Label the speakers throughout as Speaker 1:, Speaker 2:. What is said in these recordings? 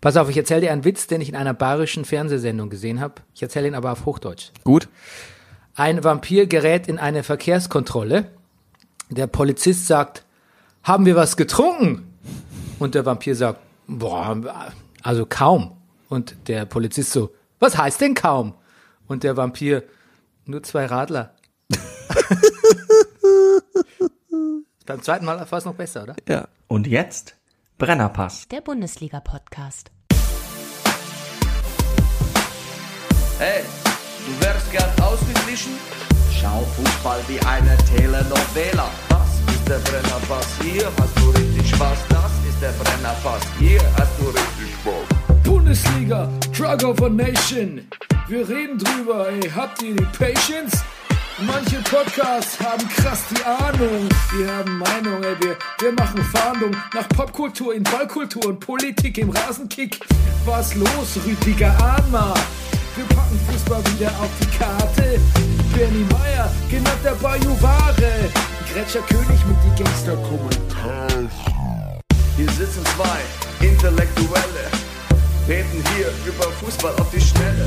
Speaker 1: Pass auf, ich erzähle dir einen Witz, den ich in einer bayerischen Fernsehsendung gesehen habe. Ich erzähle ihn aber auf Hochdeutsch.
Speaker 2: Gut.
Speaker 1: Ein Vampir gerät in eine Verkehrskontrolle. Der Polizist sagt, haben wir was getrunken? Und der Vampir sagt, boah, also kaum. Und der Polizist so, was heißt denn kaum? Und der Vampir, nur zwei Radler. Beim zweiten Mal war es noch besser, oder?
Speaker 2: Ja.
Speaker 3: Und jetzt Brennerpass.
Speaker 4: Der Bundesliga-Podcast.
Speaker 5: Hey, du wärst gern ausgeglichen? Schau Fußball wie eine Telenovela. Das ist der Brennerpass, hier hast du richtig Spaß. Das ist der Brennerpass, hier hast du richtig Spaß.
Speaker 6: Bundesliga, Drug of a Nation. Wir reden drüber, ey, habt ihr die Patience? Manche Podcasts haben krass die Ahnung. Wir haben Meinung, ey, wir, wir machen Fahndung nach Popkultur in Ballkultur und Politik im Rasenkick. Was los, Rüdiger Ahnma? Wir packen Fußball wieder auf die Karte. Bernie Meyer, genannt der Bayou Ware. Gretscher König mit die Gangster-Kommentare.
Speaker 5: Hier sitzen zwei Intellektuelle, reden hier über Fußball auf die Schnelle.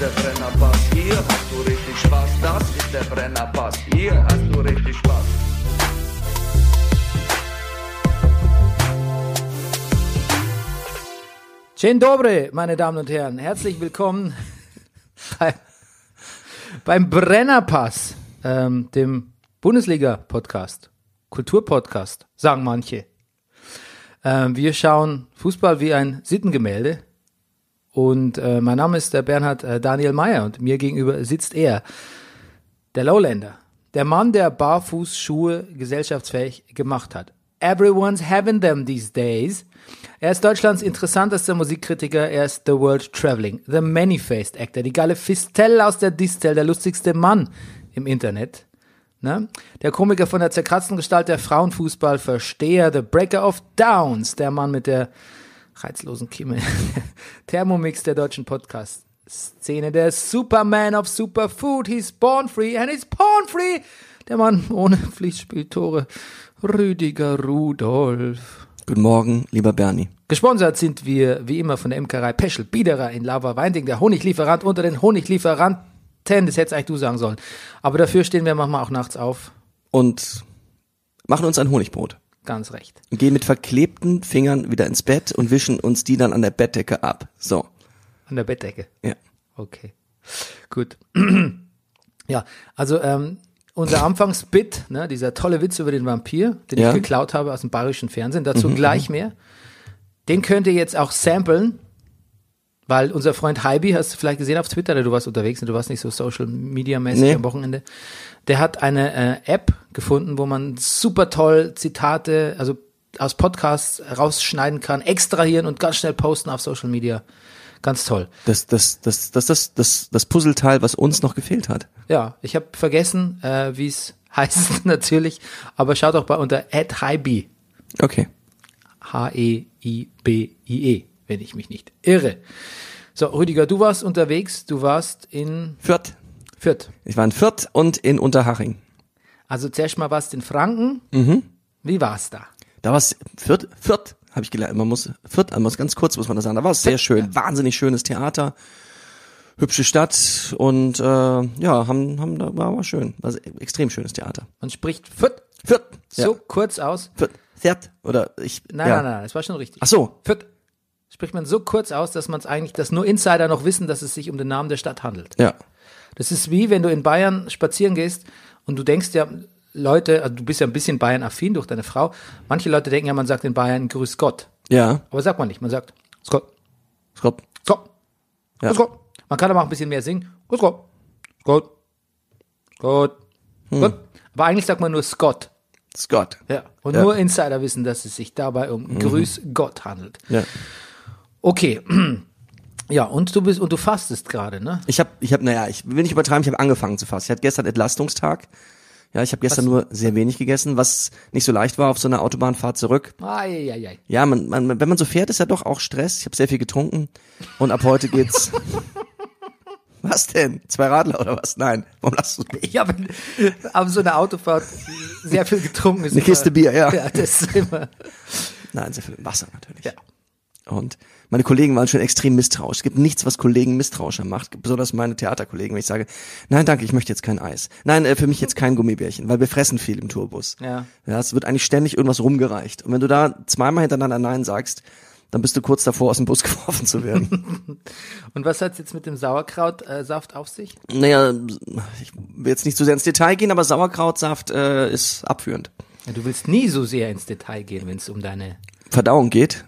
Speaker 5: der Brennerpass, hier hast du richtig Spaß. Das ist der Brennerpass, hier hast du richtig Spaß.
Speaker 1: Dzień dobry, meine Damen und Herren. Herzlich willkommen bei, beim Brennerpass, ähm, dem Bundesliga-Podcast, Kulturpodcast, sagen manche. Ähm, wir schauen Fußball wie ein Sittengemälde. Und äh, mein Name ist der Bernhard äh, Daniel Mayer und mir gegenüber sitzt er, der Lowlander, der Mann, der Barfußschuhe gesellschaftsfähig gemacht hat. Everyone's having them these days. Er ist Deutschlands interessantester Musikkritiker, er ist The World Traveling, The Many-Faced Actor, die geile Fistel aus der Distel, der lustigste Mann im Internet. Ne? Der Komiker von der zerkratzten Gestalt der Frauenfußballversteher, The Breaker of Downs, der Mann mit der reizlosen Kimmel, Thermomix der deutschen Podcast-Szene, der Superman of Superfood, he's born free and he's porn free, der Mann ohne Pflichtspieltore, Rüdiger Rudolf.
Speaker 2: Guten Morgen, lieber Bernie.
Speaker 1: Gesponsert sind wir wie immer von der Imkerei Peschel Biederer in Lava Weinding, der Honiglieferant unter den Honiglieferanten. Das hättest eigentlich du sagen sollen. Aber dafür stehen wir manchmal auch nachts auf.
Speaker 2: Und machen uns ein Honigbrot.
Speaker 1: Ganz recht.
Speaker 2: Und gehen mit verklebten Fingern wieder ins Bett und wischen uns die dann an der Bettdecke ab. So.
Speaker 1: An der Bettdecke.
Speaker 2: Ja.
Speaker 1: Okay. Gut. ja, also ähm, unser Anfangsbit, ne, dieser tolle Witz über den Vampir, den
Speaker 2: Ja. Mhm,
Speaker 1: ich geklaut habe aus dem bayerischen Fernsehen, dazu gleich mehr. Den könnt ihr jetzt auch samplen, weil unser Freund Heibi, hast du vielleicht gesehen auf Twitter, oder du warst unterwegs und du warst nicht so Social Media mäßig
Speaker 2: Nee.
Speaker 1: am Wochenende. Der hat eine äh, App gefunden, wo man super toll Zitate, also aus Podcasts rausschneiden kann, extrahieren und ganz schnell posten auf Social Media. Ganz toll.
Speaker 2: Das, das, das, das, das, das, das Puzzleteil, was uns noch gefehlt hat.
Speaker 1: Ja, ich habe vergessen, äh, wie es heißt natürlich, aber schaut doch bei unter @hibi
Speaker 2: Okay.
Speaker 1: H E I B I E, wenn ich mich nicht irre. So, Rüdiger, du warst unterwegs, du warst in
Speaker 2: Fürth.
Speaker 1: Fürth.
Speaker 2: Ich war in Fürth und in Unterhaching.
Speaker 1: Also zuerst mal warst du in Franken.
Speaker 2: Mhm.
Speaker 1: Wie war's da?
Speaker 2: Da war es Fürth, Fürth, habe ich gelernt. Man muss Fürth, man muss ganz kurz muss man das sagen. Da war es sehr schön, wahnsinnig schönes Theater, hübsche Stadt und äh, ja, haben haben da war, war schön, war se- extrem schönes Theater.
Speaker 1: Man spricht Fürth
Speaker 2: Fürth,
Speaker 1: so
Speaker 2: ja.
Speaker 1: kurz aus.
Speaker 2: Fürth, Fürth oder ich.
Speaker 1: Nein,
Speaker 2: ja.
Speaker 1: nein, nein, das war schon richtig.
Speaker 2: Ach so,
Speaker 1: Fürth spricht man so kurz aus, dass man es eigentlich, dass nur Insider noch wissen, dass es sich um den Namen der Stadt handelt.
Speaker 2: ja,
Speaker 1: Das ist wie, wenn du in Bayern spazieren gehst und du denkst ja, Leute, also du bist ja ein bisschen Bayern-affin durch deine Frau. Manche Leute denken ja, man sagt in Bayern Grüß Gott.
Speaker 2: ja.
Speaker 1: Aber sagt man nicht. Man sagt Grüß Gott,
Speaker 2: Schrott.
Speaker 1: Grüß Gott,
Speaker 2: Ja.
Speaker 1: Grüß Gott. Man kann aber auch ein bisschen mehr singen. Grüß Gott, Grüß Gott, Grüß Gott,
Speaker 2: Hm.
Speaker 1: Grüß Gott. Aber eigentlich sagt man nur Scott.
Speaker 2: Scott.
Speaker 1: Ja. Und
Speaker 2: Ja. Mhm.
Speaker 1: nur Insider wissen, dass es sich dabei um Grüß Gott handelt.
Speaker 2: Ja.
Speaker 1: Okay. Ja, und du bist und du fastest gerade, ne?
Speaker 2: Ich habe, ich habe, naja, ich will nicht übertreiben, ich habe angefangen zu fasten. Ich hatte gestern Entlastungstag. Ja, ich habe gestern nur sehr wenig gegessen, was nicht so leicht war auf so einer Autobahnfahrt zurück.
Speaker 1: Ai, ai, ai.
Speaker 2: Ja, man, man, wenn man so fährt, ist ja doch auch Stress. Ich habe sehr viel getrunken und ab heute geht's. was denn? Zwei Radler oder was? Nein. Warum lachst du mich?
Speaker 1: Ich habe auf so einer Autofahrt sehr viel getrunken. Ist
Speaker 2: Eine Kiste Bier, ja.
Speaker 1: Ja, das ist immer.
Speaker 2: Nein, sehr viel Wasser natürlich. Und meine Kollegen waren schon extrem misstrauisch. Es gibt nichts, was Kollegen misstrauischer macht, besonders meine Theaterkollegen, wenn ich sage, nein, danke, ich möchte jetzt kein Eis. Nein, äh, für mich jetzt kein Gummibärchen, weil wir fressen viel im Tourbus.
Speaker 1: Ja.
Speaker 2: ja. Es wird eigentlich ständig irgendwas rumgereicht. Und wenn du da zweimal hintereinander Nein sagst, dann bist du kurz davor, aus dem Bus geworfen zu werden.
Speaker 1: Und was hat's jetzt mit dem Sauerkrautsaft äh, Saft auf sich?
Speaker 2: Naja, ich will jetzt nicht zu sehr ins Detail gehen, aber Sauerkrautsaft äh, ist abführend.
Speaker 1: Ja, du willst nie so sehr ins Detail gehen, wenn es um deine,
Speaker 2: Verdauung geht?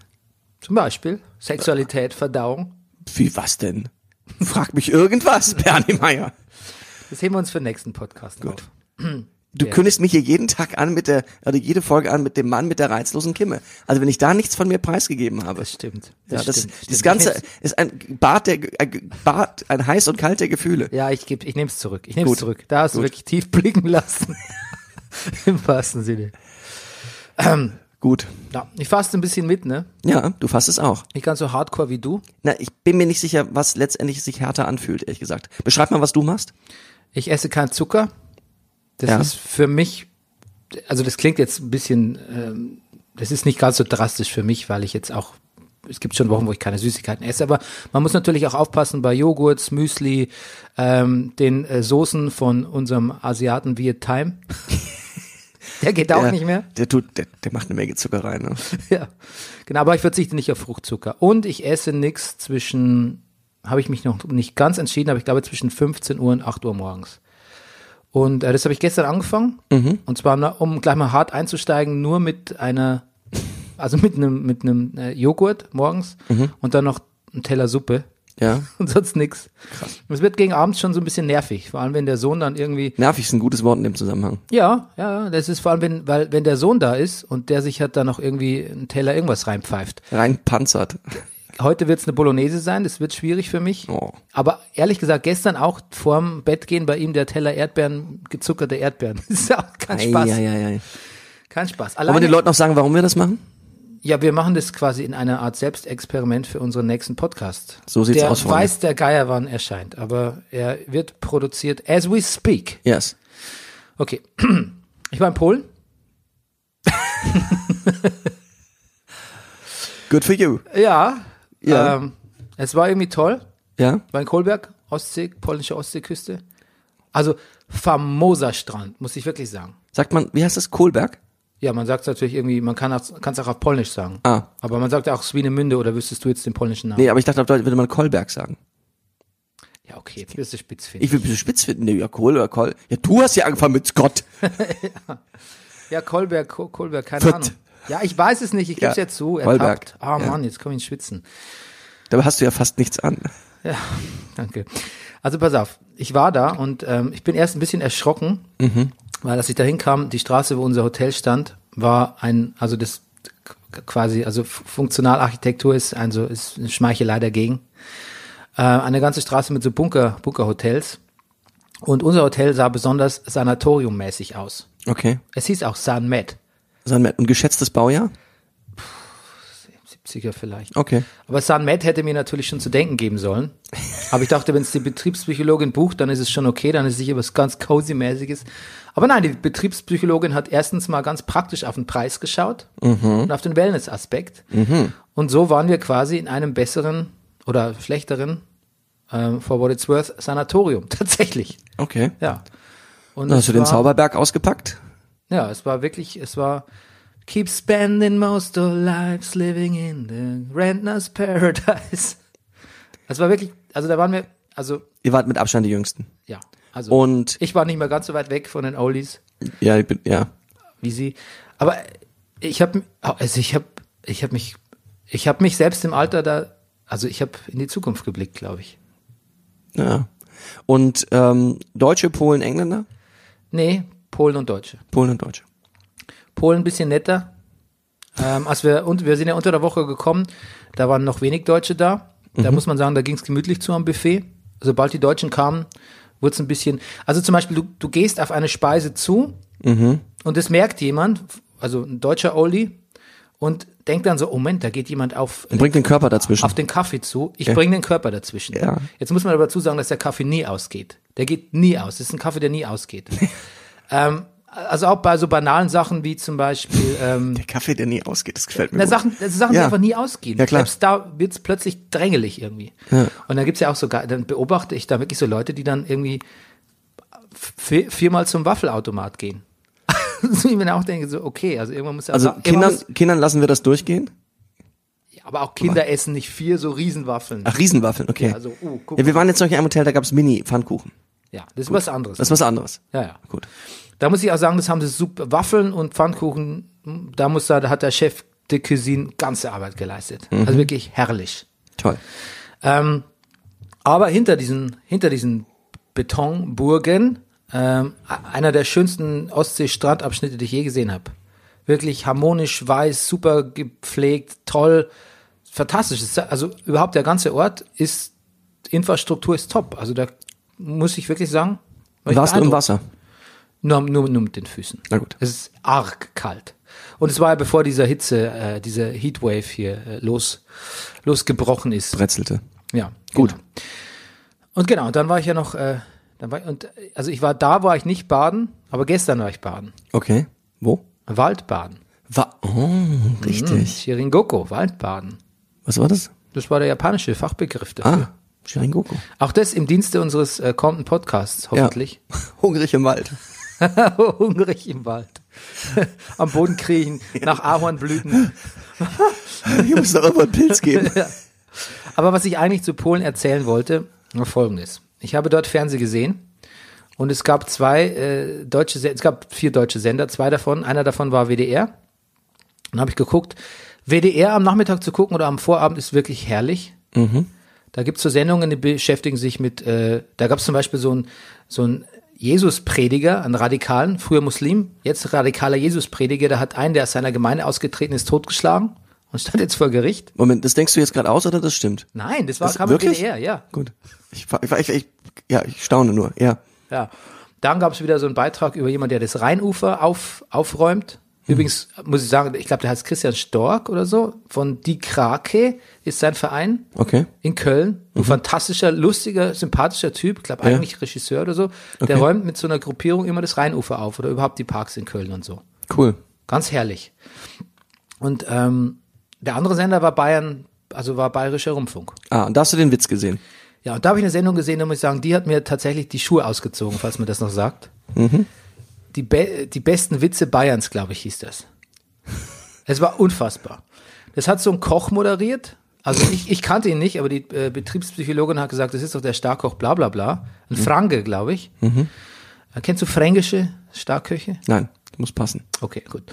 Speaker 1: zum Beispiel Sexualität, Verdauung.
Speaker 2: Wie was denn? Frag mich irgendwas, Bernie Meier.
Speaker 1: Das heben wir uns für den nächsten Podcast Gut. auf.
Speaker 2: Du kündigst mich hier jeden Tag an mit der, oder jede Folge an mit dem Mann mit der reizlosen Kimme. Also wenn ich da nichts von mir preisgegeben habe.
Speaker 1: Das stimmt.
Speaker 2: ja, das,
Speaker 1: stimmt,
Speaker 2: das
Speaker 1: stimmt.
Speaker 2: Ganze
Speaker 1: Ich nehm's-
Speaker 2: ist ein Bad der, ein Bad, ein heiß und kalt der Gefühle.
Speaker 1: Ja, ich gebe, ich nehme es zurück. Ich nehme es
Speaker 2: Gut.
Speaker 1: zurück. Da hast du
Speaker 2: Gut.
Speaker 1: wirklich tief blicken lassen. Im wahrsten Sinne.
Speaker 2: Gut.
Speaker 1: Ja, ich faste ein bisschen mit, ne?
Speaker 2: Ja, du fasst es auch.
Speaker 1: Nicht ganz so hardcore wie du.
Speaker 2: Na, ich bin mir nicht sicher, was letztendlich sich härter anfühlt, ehrlich gesagt. Beschreib mal, was du machst.
Speaker 1: Ich esse keinen Zucker. Das
Speaker 2: Ja.
Speaker 1: ist für mich, also das klingt jetzt ein bisschen, ähm, das ist nicht ganz so drastisch für mich, weil ich jetzt auch, es gibt schon Wochen, wo ich keine Süßigkeiten esse, aber man muss natürlich auch aufpassen bei Joghurts, Müsli, ähm, den äh, Soßen von unserem Asiaten Viet Time. Der geht auch
Speaker 2: Der-
Speaker 1: nicht mehr.
Speaker 2: Der tut, der, der macht eine Menge Zucker rein. Ne?
Speaker 1: Ja, genau, aber ich verzichte nicht auf Fruchtzucker. Und ich esse nichts zwischen, habe ich mich noch nicht ganz entschieden, aber ich glaube zwischen 15 Uhr und 8 Uhr morgens. Und äh, das habe ich gestern angefangen. Und zwar, na, um gleich mal hart einzusteigen, nur mit einer, also mit einem mit einem äh, Joghurt morgens und dann noch einen Teller Suppe
Speaker 2: Ja.
Speaker 1: und sonst nichts. Es wird gegen abends schon so ein bisschen nervig, vor allem wenn der Sohn dann irgendwie
Speaker 2: Nervig ist ein gutes Wort in dem Zusammenhang.
Speaker 1: ja, ja, ja, das ist vor allem, wenn, weil, wenn der Sohn da ist und der sich hat dann noch irgendwie einen Teller irgendwas reinpfeift.
Speaker 2: Rein panzert.
Speaker 1: Heute wird's eine Bolognese sein, das wird schwierig für mich.
Speaker 2: Oh.
Speaker 1: Aber ehrlich gesagt, gestern auch vorm Bett gehen bei ihm der Teller Erdbeeren, gezuckerte Erdbeeren. Das ist auch kein Spaß.
Speaker 2: Ei, ei, ei.
Speaker 1: Kein Spaß.
Speaker 2: Wollen wir den
Speaker 1: Alleine,
Speaker 2: Leuten noch sagen, warum wir das machen?
Speaker 1: ja, wir machen das quasi in einer Art Selbstexperiment für unseren nächsten Podcast.
Speaker 2: So sieht's
Speaker 1: der
Speaker 2: aus, Freunde.
Speaker 1: weiß der Geier, wann er scheint, aber er wird produziert as we speak.
Speaker 2: Yes.
Speaker 1: Okay. Ich war in Polen.
Speaker 2: Good for you.
Speaker 1: Ja.
Speaker 2: Ja.
Speaker 1: Ähm, es war irgendwie toll.
Speaker 2: Ja?
Speaker 1: War in Kolberg, Ostsee, polnische Ostseeküste. Also famoser Strand, muss ich wirklich sagen.
Speaker 2: Sagt man, wie heißt das? Kohlberg?
Speaker 1: Ja, man sagt natürlich irgendwie, man kann es auch auf Polnisch sagen.
Speaker 2: Ah.
Speaker 1: Aber man sagt ja auch Swinemünde oder wüsstest du jetzt den polnischen Namen?
Speaker 2: Nee, aber ich dachte, auf Deutsch würde man Kohlberg sagen.
Speaker 1: Ja, okay, jetzt wirst du spitz finden.
Speaker 2: Ich will ein bisschen spitz finden. Nee, ja, Kohl oder Kohl. Ja, du hast ja angefangen mit Scott.
Speaker 1: ja, Kolberg, Ko- Kolberg, keine
Speaker 2: Fürth.
Speaker 1: Ahnung. Ja, ich weiß es nicht, ich gebe es ja,
Speaker 2: Ja,
Speaker 1: zu.
Speaker 2: Kolberg.
Speaker 1: ertappt. Ah,
Speaker 2: Ja.
Speaker 1: Mann, jetzt komm ich ins Schwitzen.
Speaker 2: Dabei hast du ja fast nichts an.
Speaker 1: Ja, danke. Also pass auf, ich war da und ähm, ich bin erst ein bisschen erschrocken, weil als ich da hinkam, die Straße, wo unser Hotel stand, war ein, also das k- quasi, also F- Funktionalarchitektur ist ein so, ist eine Schmeichelei dagegen. Äh, eine ganze Straße mit so Bunker, Bunkerhotels. Und unser Hotel sah besonders sanatoriummäßig aus.
Speaker 2: Okay.
Speaker 1: Es hieß auch San Med,
Speaker 2: San Matt. Und geschätztes Baujahr?
Speaker 1: 70er vielleicht.
Speaker 2: Okay.
Speaker 1: Aber San Med hätte mir natürlich schon zu denken geben sollen. Aber ich dachte, wenn es die Betriebspsychologin bucht, dann ist es schon okay, dann ist es sicher was ganz cozy-mäßiges. Aber nein, die Betriebspsychologin hat erstens mal ganz praktisch auf den Preis geschaut
Speaker 2: Mhm.
Speaker 1: und auf den Wellness-Aspekt. Und so waren wir quasi in einem besseren oder schlechteren, ähm, for what it's worth, Sanatorium. Tatsächlich.
Speaker 2: Okay.
Speaker 1: Ja. Und
Speaker 2: Dann
Speaker 1: es
Speaker 2: hast du den
Speaker 1: war-
Speaker 2: Zauberberg ausgepackt?
Speaker 1: ja, es war wirklich, es war Keep spending most of lives living in the Rentner's Paradise. Es war wirklich, also da waren wir, also
Speaker 2: Ihr wart mit Abstand die Jüngsten.
Speaker 1: ja, also
Speaker 2: Und,
Speaker 1: ich war nicht mehr ganz so weit weg von den Oldies
Speaker 2: ja, ich bin, ja.
Speaker 1: wie sie, aber ich habe, also ich habe, ich habe mich, ich habe mich selbst im Alter da, also ich habe in die Zukunft geblickt, glaube ich.
Speaker 2: Ja. Und, ähm, Deutsche, Polen, Engländer?
Speaker 1: Nee, Polen und Deutsche.
Speaker 2: Polen und Deutsche.
Speaker 1: Polen ein bisschen netter. Ähm, als wir, und wir sind ja unter der Woche gekommen, da waren noch wenig Deutsche da. Da muss man sagen, da ging es gemütlich zu am Buffet. Sobald die Deutschen kamen, wurde es ein bisschen. Also zum Beispiel, du, du gehst auf eine Speise zu und das merkt jemand, also ein deutscher Oli, und denkt dann so, oh Moment, da geht jemand auf,
Speaker 2: Und bringt den Körper dazwischen.
Speaker 1: auf den Kaffee zu. Ich bringe den Körper dazwischen.
Speaker 2: Ja.
Speaker 1: Jetzt muss man aber dazu sagen, dass der Kaffee nie ausgeht. Der geht nie aus. Das ist ein Kaffee, der nie ausgeht. ähm, also auch bei so banalen Sachen wie zum Beispiel ähm,
Speaker 2: der Kaffee, der nie ausgeht, das gefällt mir.
Speaker 1: na,
Speaker 2: gut.
Speaker 1: Sachen, also Sachen, die
Speaker 2: Ja.
Speaker 1: einfach nie ausgehen.
Speaker 2: Ja, klar.
Speaker 1: Selbst da wird's plötzlich drängelig irgendwie. Und da gibt's ja auch so, ge- dann beobachte ich da wirklich so Leute, die dann irgendwie vi- viermal zum Waffelautomat gehen. so, ich mir dann auch denke, so, okay, also irgendwann muss ja
Speaker 2: also
Speaker 1: irgendwann
Speaker 2: Kindern,
Speaker 1: muss,
Speaker 2: Kindern lassen wir das durchgehen?
Speaker 1: aber auch Kinder essen nicht vier so Riesenwaffeln.
Speaker 2: Ach, Riesenwaffeln, okay.
Speaker 1: Ja, also, uh, guck.
Speaker 2: ja, wir waren jetzt noch in einem Hotel, da gab's Mini-Pfannkuchen.
Speaker 1: Ja, das ist was anderes.
Speaker 2: Das ist was anderes.
Speaker 1: ja, ja.
Speaker 2: Gut.
Speaker 1: Da muss ich auch sagen, das haben sie super. Waffeln und Pfannkuchen, da muss da, da hat der Chef de Cuisine ganze Arbeit geleistet. Also wirklich herrlich.
Speaker 2: Toll.
Speaker 1: Ähm, aber hinter diesen, hinter diesen Betonburgen, ähm, a- einer der schönsten Ostsee-Strandabschnitte, die ich je gesehen habe. Wirklich harmonisch, weiß, super gepflegt, toll, fantastisch. Es ist- Also überhaupt der ganze Ort ist, Infrastruktur ist top. Also da muss ich wirklich sagen, war ich
Speaker 2: Warst du im
Speaker 1: beeindruckt.
Speaker 2: Wasser?
Speaker 1: Nur, nur, nur mit den Füßen.
Speaker 2: Na gut.
Speaker 1: Es ist arg kalt. Und es war ja bevor dieser Hitze, äh, diese Heatwave hier äh, los, losgebrochen ist.
Speaker 2: Bretzelte.
Speaker 1: Ja,
Speaker 2: Gut.
Speaker 1: Genau. Und genau, und dann war ich ja noch, äh, dann war, und, äh, also ich war da, war ich nicht baden, aber gestern war ich baden.
Speaker 2: Okay. Wo?
Speaker 1: Waldbaden.
Speaker 2: Wa oh, richtig.
Speaker 1: Shiringoko, Waldbaden.
Speaker 2: Was war das?
Speaker 1: Das war der japanische Fachbegriff dafür.
Speaker 2: Ah, Shiringoku.
Speaker 1: Auch das im Dienste unseres äh, kommenden Podcasts, hoffentlich.
Speaker 2: Hungrig im Wald.
Speaker 1: Hungrig im Wald. Am Boden kriechen, nach Ahornblüten.
Speaker 2: Hier muss doch irgendwo einen Pilz geben.
Speaker 1: Aber was ich eigentlich zu Polen erzählen wollte, war folgendes. Ich habe dort Fernsehen gesehen und es gab zwei äh, deutsche, Se- es gab vier deutsche Sender, zwei davon, einer davon war WDR. Dann habe ich geguckt, WDR am Nachmittag zu gucken oder am Vorabend ist wirklich herrlich. Da gibt's so Sendungen, die beschäftigen sich mit, äh, da gab's zum Beispiel so ein, so ein Jesus-Prediger, einen Radikalen, früher Muslim, jetzt radikaler Jesus-Prediger, der hat einen, der aus seiner Gemeinde ausgetreten ist, totgeschlagen und stand jetzt vor Gericht.
Speaker 2: Moment, das denkst du jetzt gerade aus oder das stimmt?
Speaker 1: Nein, das war
Speaker 2: Das-
Speaker 1: kam mit
Speaker 2: wirklich?
Speaker 1: WDR, ja.
Speaker 2: Gut. Ich, war- ich, war- ich, ich, ja, ich staune nur. Ja.
Speaker 1: Ja. Dann gab es wieder so einen Beitrag über jemanden, der das Rheinufer auf, aufräumt.
Speaker 2: Hm.
Speaker 1: Übrigens muss ich sagen, ich glaube, der heißt Christian Stork oder so. Von Die Krake ist sein Verein
Speaker 2: Okay. Mhm.
Speaker 1: in Köln. Ein fantastischer, lustiger, sympathischer Typ. Ich glaube, eigentlich Regisseur oder so. Der räumt mit so einer Gruppierung immer das Rheinufer auf oder überhaupt die Parks in Köln und so.
Speaker 2: Cool.
Speaker 1: Ganz herrlich. Und ähm, der andere Sender war Bayern, also war Bayerischer Rundfunk.
Speaker 2: Ah, und da hast du den Witz gesehen.
Speaker 1: Ja, und da habe ich eine Sendung gesehen, da muss ich sagen, die hat mir tatsächlich die Schuhe ausgezogen, falls man das noch sagt. Die, be die besten Witze Bayerns, glaube ich, hieß das. Es war unfassbar. Das hat so ein Koch moderiert. Also ich, ich kannte ihn nicht, aber die äh, Betriebspsychologin hat gesagt, das ist doch der Starkoch, bla bla bla. Ein Franke, glaube ich. Äh, Kennst du fränkische Starköche?
Speaker 2: Nein, muss passen.
Speaker 1: Okay, gut.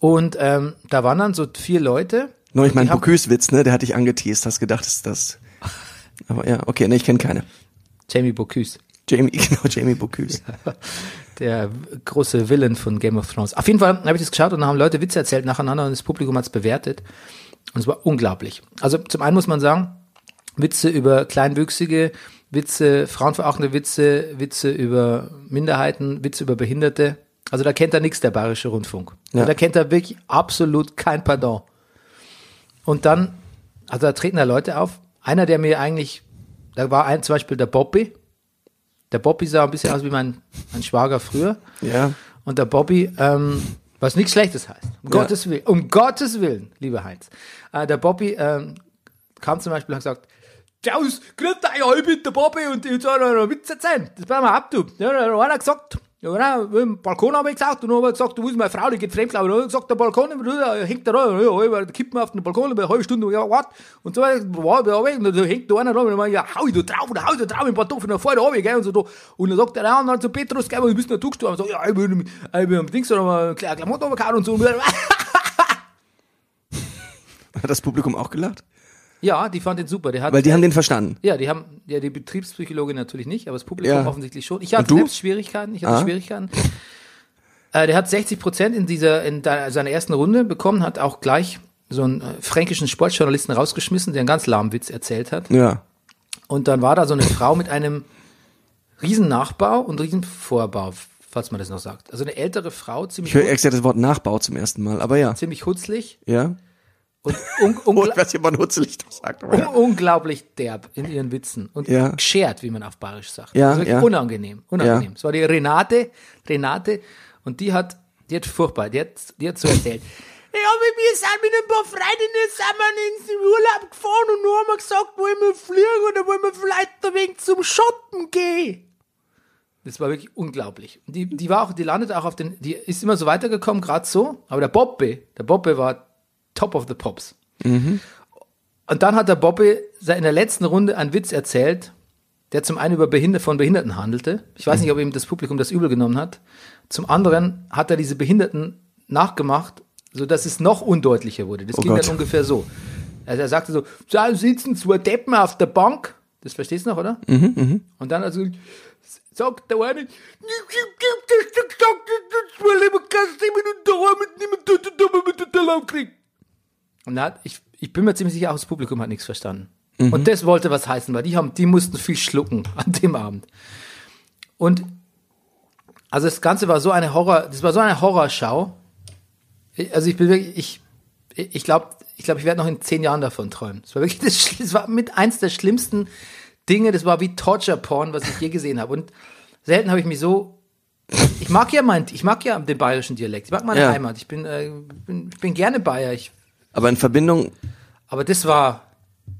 Speaker 1: Und ähm, da waren dann so vier Leute.
Speaker 2: Neulich mein
Speaker 1: Die haben-
Speaker 2: Bocuse-Witz, ne? Der hat dich angeteased, hast gedacht, ist das. Aber ja, okay, ne, ich kenne keine.
Speaker 1: Jamie Bocuse.
Speaker 2: Jamie, genau, Jamie Bocuse.
Speaker 1: der große Villain von Game of Thrones. Auf jeden Fall habe ich das geschaut und dann haben Leute Witze erzählt nacheinander und das Publikum hat es bewertet. Und es war unglaublich. Also zum einen muss man sagen, Witze über Kleinwüchsige, Witze, frauenverachtende Witze, Witze über Minderheiten, Witze über Behinderte. Also da kennt er nichts, der Bayerische Rundfunk.
Speaker 2: Ja.
Speaker 1: Da kennt er wirklich absolut kein Pardon. Und dann, also da treten da Leute auf. Einer, der mir eigentlich, da war ein zum Beispiel der Bobby. Der Bobby sah ein bisschen aus wie mein, mein Schwager früher.
Speaker 2: Ja.
Speaker 1: Und der Bobby, ähm, was nichts Schlechtes heißt. Um
Speaker 2: Ja.
Speaker 1: Gottes Willen, um Gottes Willen, lieber Heinz. Äh, der Bobby ähm, kam zum Beispiel und hat gesagt, Klaus, grüß dich, ich bin der Bobby und ich soll noch einen Witz erzählen. Das bleiben wir ab, du. Ja, da hat einer gesagt, ja, genau, nein, im Balkon habe ich gesagt, und dann habe ich gesagt, du musst meine Frau, die geht fremd, glaube ich. Und dann hab ich gesagt, der Balkon, da hängt da rein, ja, ja, da kippt man auf den Balkon, über eine halbe Stunde, ja, wart. Und so, ja, ja, ja, und da hängt da einer rein, und dann ja, hau ich da drauf, da hau ich da drauf, in ein paar Topfen, dann fahr ich da runter, gell, und so, da. Und dann sagt der andere zu Petrus, gell, du bist noch zugestorben. So, ja, ich bin, ich bin am Dings, da haben wir eine kleine Klamotte runtergehauen und so.
Speaker 2: Hat das Publikum auch gelacht?
Speaker 1: Ja, die fand den super, der hat,
Speaker 2: Weil die haben den verstanden.
Speaker 1: Ja, die haben, ja, die Betriebspsychologe natürlich nicht, aber das Publikum
Speaker 2: Ja.
Speaker 1: offensichtlich schon. Ich hatte
Speaker 2: Und du?
Speaker 1: selbst Schwierigkeiten, ich hatte
Speaker 2: Ah.
Speaker 1: Schwierigkeiten. Äh, der hat 60 Prozent in dieser, in da- seiner ersten Runde bekommen, hat auch gleich so einen äh, fränkischen Sportjournalisten rausgeschmissen, der einen ganz lahmen Witz erzählt hat.
Speaker 2: Ja.
Speaker 1: Und dann war da so eine Frau mit einem riesen Nachbau und riesen Vorbau, falls man das noch sagt. Also eine ältere Frau, ziemlich,
Speaker 2: Ich höre exakt das Wort Nachbau zum ersten Mal, aber ja.
Speaker 1: ziemlich hutzlig
Speaker 2: Ja.
Speaker 1: und un
Speaker 2: Und
Speaker 1: ungla
Speaker 2: was jemand Hutzelicht sagt. aber
Speaker 1: un
Speaker 2: ja.
Speaker 1: unglaublich derb in ihren Witzen und
Speaker 2: Ja.
Speaker 1: geschert, wie man auf Bayerisch sagt.
Speaker 2: Ja,
Speaker 1: also wirklich
Speaker 2: ja.
Speaker 1: Unangenehm, unangenehm.
Speaker 2: Ja.
Speaker 1: Es war die Renate, Renate und die hat, die hat furchtbar, die hat, die hat so erzählt. Ja, mit mir sind mit ein paar Freundinnen zusammen ins Urlaub gefahren und nur haben wir gesagt, wollen wir fliegen oder wollen wir vielleicht ein wenig zum Schotten gehen? Das war wirklich unglaublich. Die, die war auch, die landet auch auf den, die ist immer so weitergekommen, gerade so. Aber der Bobbe, der Bobbe war top of the pops. Mhm. Und dann hat der Bobbe se- in der letzten Runde einen Witz erzählt, der zum einen über Behinder von Behinderten handelte. Ich weiß nicht, ob ihm das Publikum das übel genommen hat. Zum anderen hat er diese Behinderten nachgemacht, so dass es noch undeutlicher wurde. Das ging
Speaker 2: Gott.
Speaker 1: dann ungefähr so. Also er sagte so, da sitzen zwei Deppen auf der Bank. Das verstehst du noch, oder? Und dann hat er so gesagt, sagt der eine, und da hat, ich, ich bin mir ziemlich sicher, auch das Publikum hat nichts verstanden. Und das wollte was heißen, weil die haben, die mussten viel schlucken an dem Abend. Und also das Ganze war so eine Horror, das war so eine Horrorschau. Ich- Also ich bin wirklich, ich, ich ich glaube, ich glaube, ich werde noch in zehn Jahren davon träumen. Es war wirklich, das, Schli- es war mit eins der schlimmsten Dinge. Das war wie Torture Porn, was ich je gesehen habe. Und selten habe ich mich so ich mag ja mein, ich mag ja den bayerischen Dialekt. Ich mag meine
Speaker 2: Ja.
Speaker 1: Heimat. Ich bin, äh, bin, ich bin gerne Bayer. Ich,
Speaker 2: Aber in Verbindung,
Speaker 1: aber das war,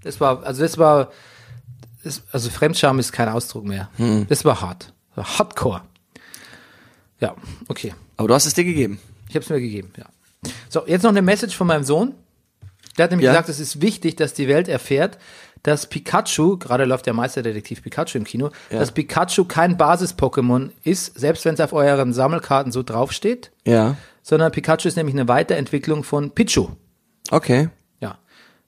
Speaker 1: das war, also das war, das, also Fremdscham ist kein Ausdruck mehr.
Speaker 2: Mhm.
Speaker 1: Das war hart. Hardcore. Ja, okay.
Speaker 2: aber du hast es dir gegeben.
Speaker 1: Ich habe es mir gegeben, ja. So, jetzt noch eine Message von meinem Sohn. Der hat nämlich
Speaker 2: Ja.
Speaker 1: gesagt, es ist wichtig, dass die Welt erfährt, dass Pikachu, gerade läuft der Meisterdetektiv Pikachu im Kino, dass Pikachu kein Basis-Pokémon ist, selbst wenn es auf euren Sammelkarten so draufsteht,
Speaker 2: Ja.
Speaker 1: sondern Pikachu ist nämlich eine Weiterentwicklung von Pichu.
Speaker 2: Okay.
Speaker 1: Ja.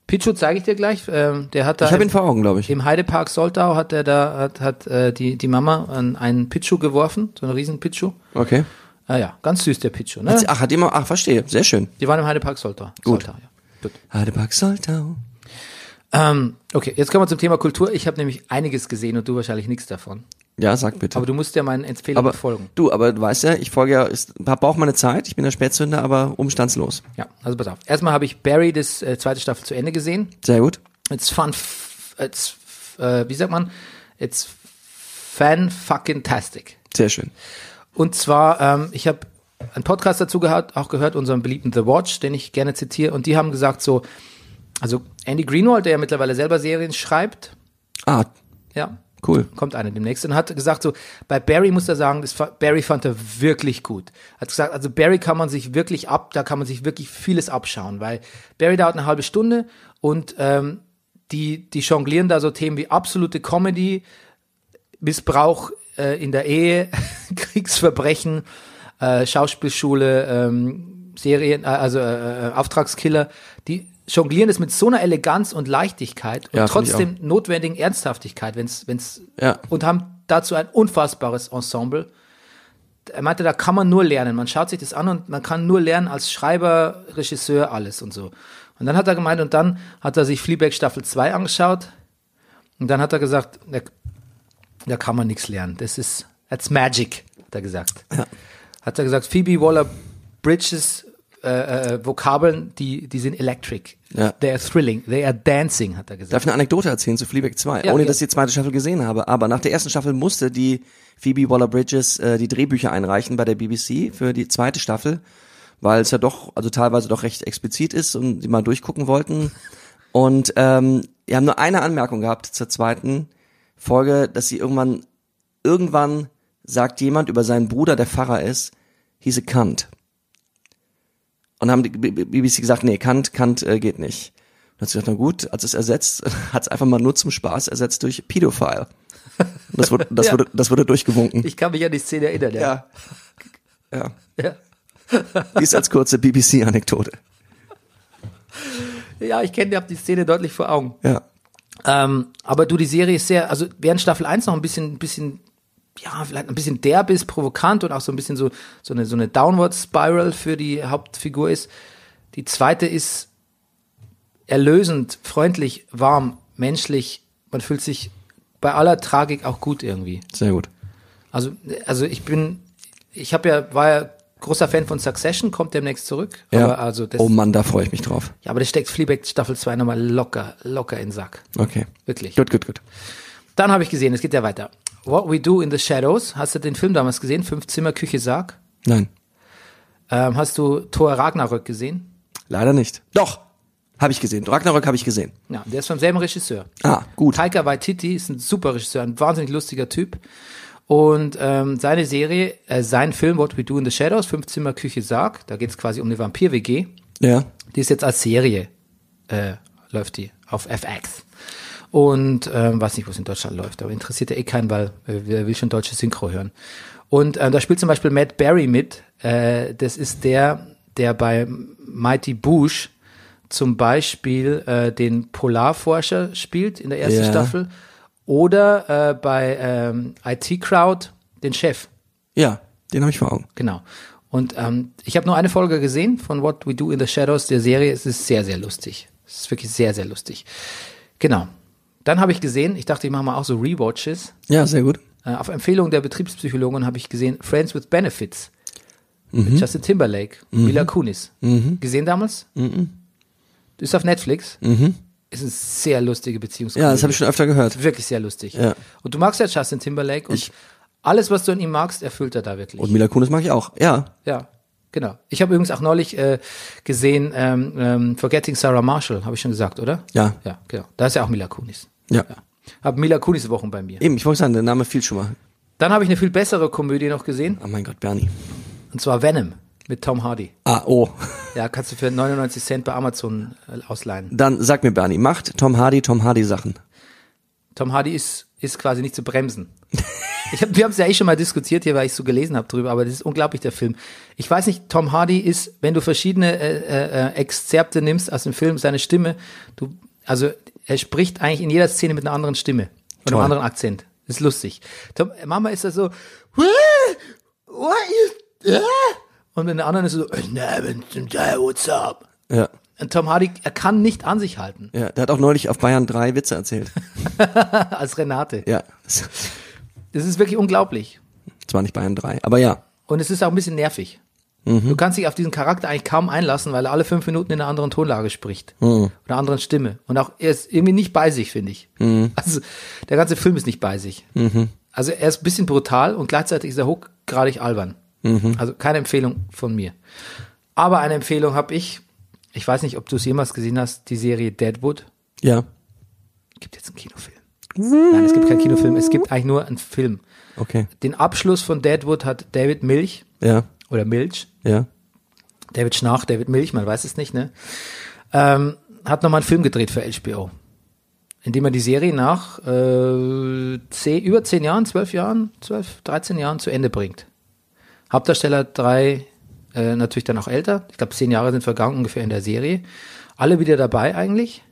Speaker 1: Pichu zeige ich dir gleich. Ähm, der hat da
Speaker 2: Ich habe
Speaker 1: im-
Speaker 2: ihn vor Augen, glaube ich.
Speaker 1: im Heidepark Soltau hat er da hat, hat äh, die die Mama an einen Pichu geworfen, so einen riesen Pichu.
Speaker 2: Okay.
Speaker 1: Ah ja, ganz süß der Pichu, ne?
Speaker 2: Ach, hat jemand, ach, verstehe. Sehr schön.
Speaker 1: Die waren im Heidepark Soltau.
Speaker 2: Gut.
Speaker 1: Soltau, ja.
Speaker 2: Heidepark Soltau.
Speaker 1: Ähm, okay, jetzt kommen wir zum Thema Kultur. Ich habe nämlich einiges gesehen und du wahrscheinlich nichts davon.
Speaker 2: Ja, sag bitte.
Speaker 1: Aber du musst ja meinen Empfehlungen
Speaker 2: aber
Speaker 1: folgen.
Speaker 2: du, aber du weißt ja, ich folge ja, ist, hab auch meine Zeit, ich bin der Spätzünder, aber umstandslos.
Speaker 1: Ja, also pass auf. Erstmal habe ich Barry das äh, zweite Staffel zu Ende gesehen.
Speaker 2: Sehr gut.
Speaker 1: It's fun, f- it's, f- äh, wie sagt man? It's fan fucking tastic.
Speaker 2: Sehr schön.
Speaker 1: Und zwar, ähm, ich habe einen Podcast dazu gehört, auch gehört, unseren beliebten The Watch, den ich gerne zitiere. Und die haben gesagt so, also Andy Greenwald, der ja mittlerweile selber Serien schreibt,
Speaker 2: Ah,
Speaker 1: ja,
Speaker 2: cool.
Speaker 1: kommt eine demnächst und hat gesagt so, bei Barry muss er sagen, das, fa- Barry fand er wirklich gut. Hat gesagt, also Barry kann man sich wirklich ab, da kann man sich wirklich vieles abschauen, weil Barry dauert eine halbe Stunde und ähm, die, die jonglieren da so Themen wie absolute Comedy, Missbrauch äh, in der Ehe, Kriegsverbrechen, äh, Schauspielschule, ähm, Serien, äh, also äh, äh, Auftragskiller, die jonglieren es mit so einer Eleganz und Leichtigkeit und
Speaker 2: Ja, find ich
Speaker 1: trotzdem notwendigen Ernsthaftigkeit, wenn's, wenn's,
Speaker 2: Ja.
Speaker 1: und haben dazu ein unfassbares Ensemble. Er meinte, da kann man nur lernen. Man schaut sich das an und man kann nur lernen als Schreiber, Regisseur, alles und so. Und dann hat er gemeint, und dann hat er sich Fleabag Staffel 2 angeschaut und dann hat er gesagt, da, da kann man nichts lernen. Das ist, that's magic, hat er gesagt. Hat er gesagt, Phoebe Waller Bridges äh, äh, Vokabeln, die, die sind electric.
Speaker 2: Ja.
Speaker 1: They are thrilling, they are dancing, hat er gesagt.
Speaker 2: Darf ich eine Anekdote erzählen zu Fleabag 2?
Speaker 1: Ja,
Speaker 2: Ohne,
Speaker 1: ja.
Speaker 2: dass ich die zweite Staffel gesehen habe. Aber nach der ersten Staffel musste die Phoebe Waller-Bridges äh, die Drehbücher einreichen bei der BBC für die zweite Staffel, weil es ja doch, also teilweise doch recht explizit ist und die mal durchgucken wollten. Und ähm, wir haben nur eine Anmerkung gehabt zur zweiten Folge, dass sie irgendwann, irgendwann sagt jemand über seinen Bruder, der Pfarrer ist, hieße Kant. Und haben die B- B- BBC gesagt, nee, Kant, Kant äh, geht nicht. Und hat sie gesagt, na gut, als es ersetzt, hat es einfach mal nur zum Spaß ersetzt durch Pädophile. Und das wurde, das
Speaker 1: Ja.
Speaker 2: wurde, das wurde durchgewunken.
Speaker 1: Ich kann mich an die Szene erinnern, ja.
Speaker 2: ja. Ja.
Speaker 1: ja.
Speaker 2: Dies als kurze BBC-Anekdote.
Speaker 1: Ja, ich kenne, ihr habt die Szene deutlich vor Augen.
Speaker 2: Ja.
Speaker 1: Ähm, aber du, die Serie ist sehr, also während Staffel 1 noch ein bisschen, ein bisschen, ja, vielleicht ein bisschen derb ist, provokant und auch so ein bisschen so, so eine, so eine Downward Spiral für die Hauptfigur ist. Die zweite ist erlösend, freundlich, warm, menschlich. Man fühlt sich bei aller Tragik auch gut irgendwie.
Speaker 2: Sehr gut.
Speaker 1: Also, also ich bin, ich habe ja, war ja großer Fan von Succession, kommt demnächst zurück.
Speaker 2: Ja.
Speaker 1: Aber also das,
Speaker 2: oh Mann, da freue ich mich drauf.
Speaker 1: ja, aber das steckt Fleabag Staffel 2 nochmal locker, locker in den Sack.
Speaker 2: Okay.
Speaker 1: Wirklich.
Speaker 2: Gut, gut, gut.
Speaker 1: Dann habe ich gesehen, es geht ja weiter. What We Do in the Shadows. Hast du den Film damals gesehen? Fünf Zimmer, Küche, Sarg.
Speaker 2: Nein,
Speaker 1: Ähm, hast du Thor Ragnarök gesehen?
Speaker 2: leider nicht. Doch, habe ich gesehen. Ragnarök habe ich gesehen.
Speaker 1: Ja, der ist vom selben Regisseur.
Speaker 2: Ah, gut.
Speaker 1: Taika Waititi ist ein super Regisseur, ein wahnsinnig lustiger Typ. Und ähm, seine Serie, äh, sein Film What We Do in the Shadows, Fünf Zimmer, Küche, Sarg. Da geht es quasi um eine Vampir-WG.
Speaker 2: Ja.
Speaker 1: Die ist jetzt als Serie, äh, läuft die auf FX. Und ähm, weiß nicht, wo es in Deutschland läuft, aber interessiert ja eh keinen, weil äh, wer will schon deutsche Synchro hören. Und ähm, da spielt zum Beispiel Matt Berry mit. Äh, das ist der, der bei Mighty Bush zum Beispiel äh, den Polarforscher spielt in der ersten
Speaker 2: Ja.
Speaker 1: Staffel. Oder äh, bei ähm, IT Crowd den Chef.
Speaker 2: Ja, den habe ich vor Augen.
Speaker 1: Genau. Und ähm, ich habe nur eine Folge gesehen von What We Do in the Shadows, der Serie. Es ist sehr, sehr lustig. Es ist wirklich sehr, sehr lustig. Genau. Dann habe ich gesehen, ich dachte, ich mache mal auch so Rewatches.
Speaker 2: Ja, sehr gut.
Speaker 1: Äh, auf Empfehlung der Betriebspsychologen habe ich gesehen Friends with Benefits.
Speaker 2: Mhm.
Speaker 1: Mit Justin Timberlake, Mila Kunis. Gesehen damals?
Speaker 2: Mhm.
Speaker 1: Ist auf Netflix. Ist eine sehr lustige Beziehungskomödie.
Speaker 2: Ja, das habe ich schon öfter gehört.
Speaker 1: Wirklich sehr lustig.
Speaker 2: Ja.
Speaker 1: Und du magst ja Justin Timberlake und alles, was du an ihm magst, erfüllt er da wirklich.
Speaker 2: Und Mila Kunis mag ich auch. Ja.
Speaker 1: Ja, genau. Ich habe übrigens auch neulich äh, gesehen, ähm, ähm, Forgetting Sarah Marshall, habe ich schon gesagt, oder?
Speaker 2: Ja.
Speaker 1: Ja, genau. Da ist ja auch Mila Kunis.
Speaker 2: Ja.
Speaker 1: Hab Mila Kunis Wochen bei mir.
Speaker 2: Eben, ich wollte sagen, der Name fiel schon mal.
Speaker 1: Dann habe ich eine viel bessere Komödie noch gesehen,
Speaker 2: Oh mein Gott, Bernie.
Speaker 1: und zwar Venom mit Tom Hardy.
Speaker 2: Ah, oh.
Speaker 1: Ja, kannst du für 99 Cent bei Amazon äh, ausleihen.
Speaker 2: Dann sag mir, Bernie, macht Tom Hardy Tom Hardy Sachen.
Speaker 1: Tom Hardy ist, ist quasi nicht zu bremsen. Ich hab, wir haben es ja eh schon mal diskutiert hier, weil ich so gelesen habe drüber, aber das ist unglaublich, der Film. Ich weiß nicht, Tom Hardy ist, wenn du verschiedene äh, äh, Exzerpte nimmst aus dem Film, seine Stimme, du, also er spricht eigentlich in jeder Szene mit einer anderen Stimme, mit einem
Speaker 2: Toll.
Speaker 1: anderen Akzent. Das ist lustig. Tom, Mama ist da so, what you, äh?" und in der anderen ist er so, "Nah, what's up?
Speaker 2: Ja.
Speaker 1: Und Tom Hardy, er kann nicht an sich halten,
Speaker 2: Ja, der hat auch neulich auf Bayern 3 Witze erzählt.
Speaker 1: als Renate.
Speaker 2: Ja.
Speaker 1: Das ist wirklich unglaublich.
Speaker 2: Zwar nicht Bayern 3, aber ja.
Speaker 1: Und es ist auch ein bisschen nervig. Du kannst dich auf diesen Charakter eigentlich kaum einlassen, weil er alle fünf Minuten in einer anderen Tonlage spricht. Oder einer anderen Stimme. Und auch er ist irgendwie nicht bei sich, finde ich. Also der ganze Film ist nicht bei sich. Also er ist ein bisschen brutal und gleichzeitig ist er hochgradig albern. Also keine Empfehlung von mir. Aber eine Empfehlung habe ich. Ich weiß nicht, ob du es jemals gesehen hast, die Serie Deadwood.
Speaker 2: Ja.
Speaker 1: Gibt jetzt einen Kinofilm. Nein, es gibt keinen Kinofilm. Es gibt eigentlich nur einen Film.
Speaker 2: Okay.
Speaker 1: Den Abschluss von Deadwood hat David Milch
Speaker 2: Ja.
Speaker 1: oder Milch
Speaker 2: Ja.
Speaker 1: David Schnarch, David Milch, man weiß es nicht, ne? Ähm, hat nochmal einen Film gedreht für HBO, in dem er die Serie nach äh, zehn, über zehn Jahren, zwölf Jahren, zwölf, 13 Jahren zu Ende bringt. Hauptdarsteller drei, äh, natürlich dann auch älter. Ich glaube, zehn Jahre sind vergangen ungefähr in der Serie. Alle wieder dabei eigentlich.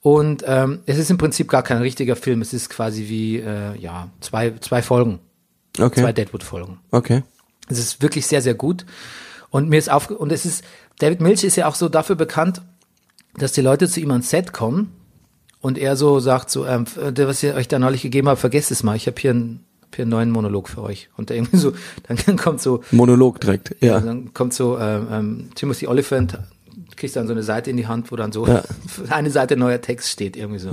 Speaker 1: Und ähm, es ist im Prinzip gar kein richtiger Film. Es ist quasi wie äh, ja zwei, zwei Folgen, zwei
Speaker 2: Okay.
Speaker 1: Deadwood-Folgen.
Speaker 2: Okay.
Speaker 1: Es ist wirklich sehr, sehr gut. Und mir ist auf und es ist David Milch ist ja auch so dafür bekannt, dass die Leute zu ihm ans Set kommen und er so sagt so, ähm, f- äh, was ich euch da neulich gegeben habe, vergesst es mal. Ich habe hier einen hab hier einen neuen Monolog für euch. Und der irgendwie so, dann kommt so,
Speaker 2: Monolog direkt. Ja.
Speaker 1: Also dann kommt so ähm, ähm, Timothy Oliphant, kriegst dann so eine Seite in die Hand, wo dann so
Speaker 2: Ja. Mhm.
Speaker 1: eine Seite neuer Text steht irgendwie so.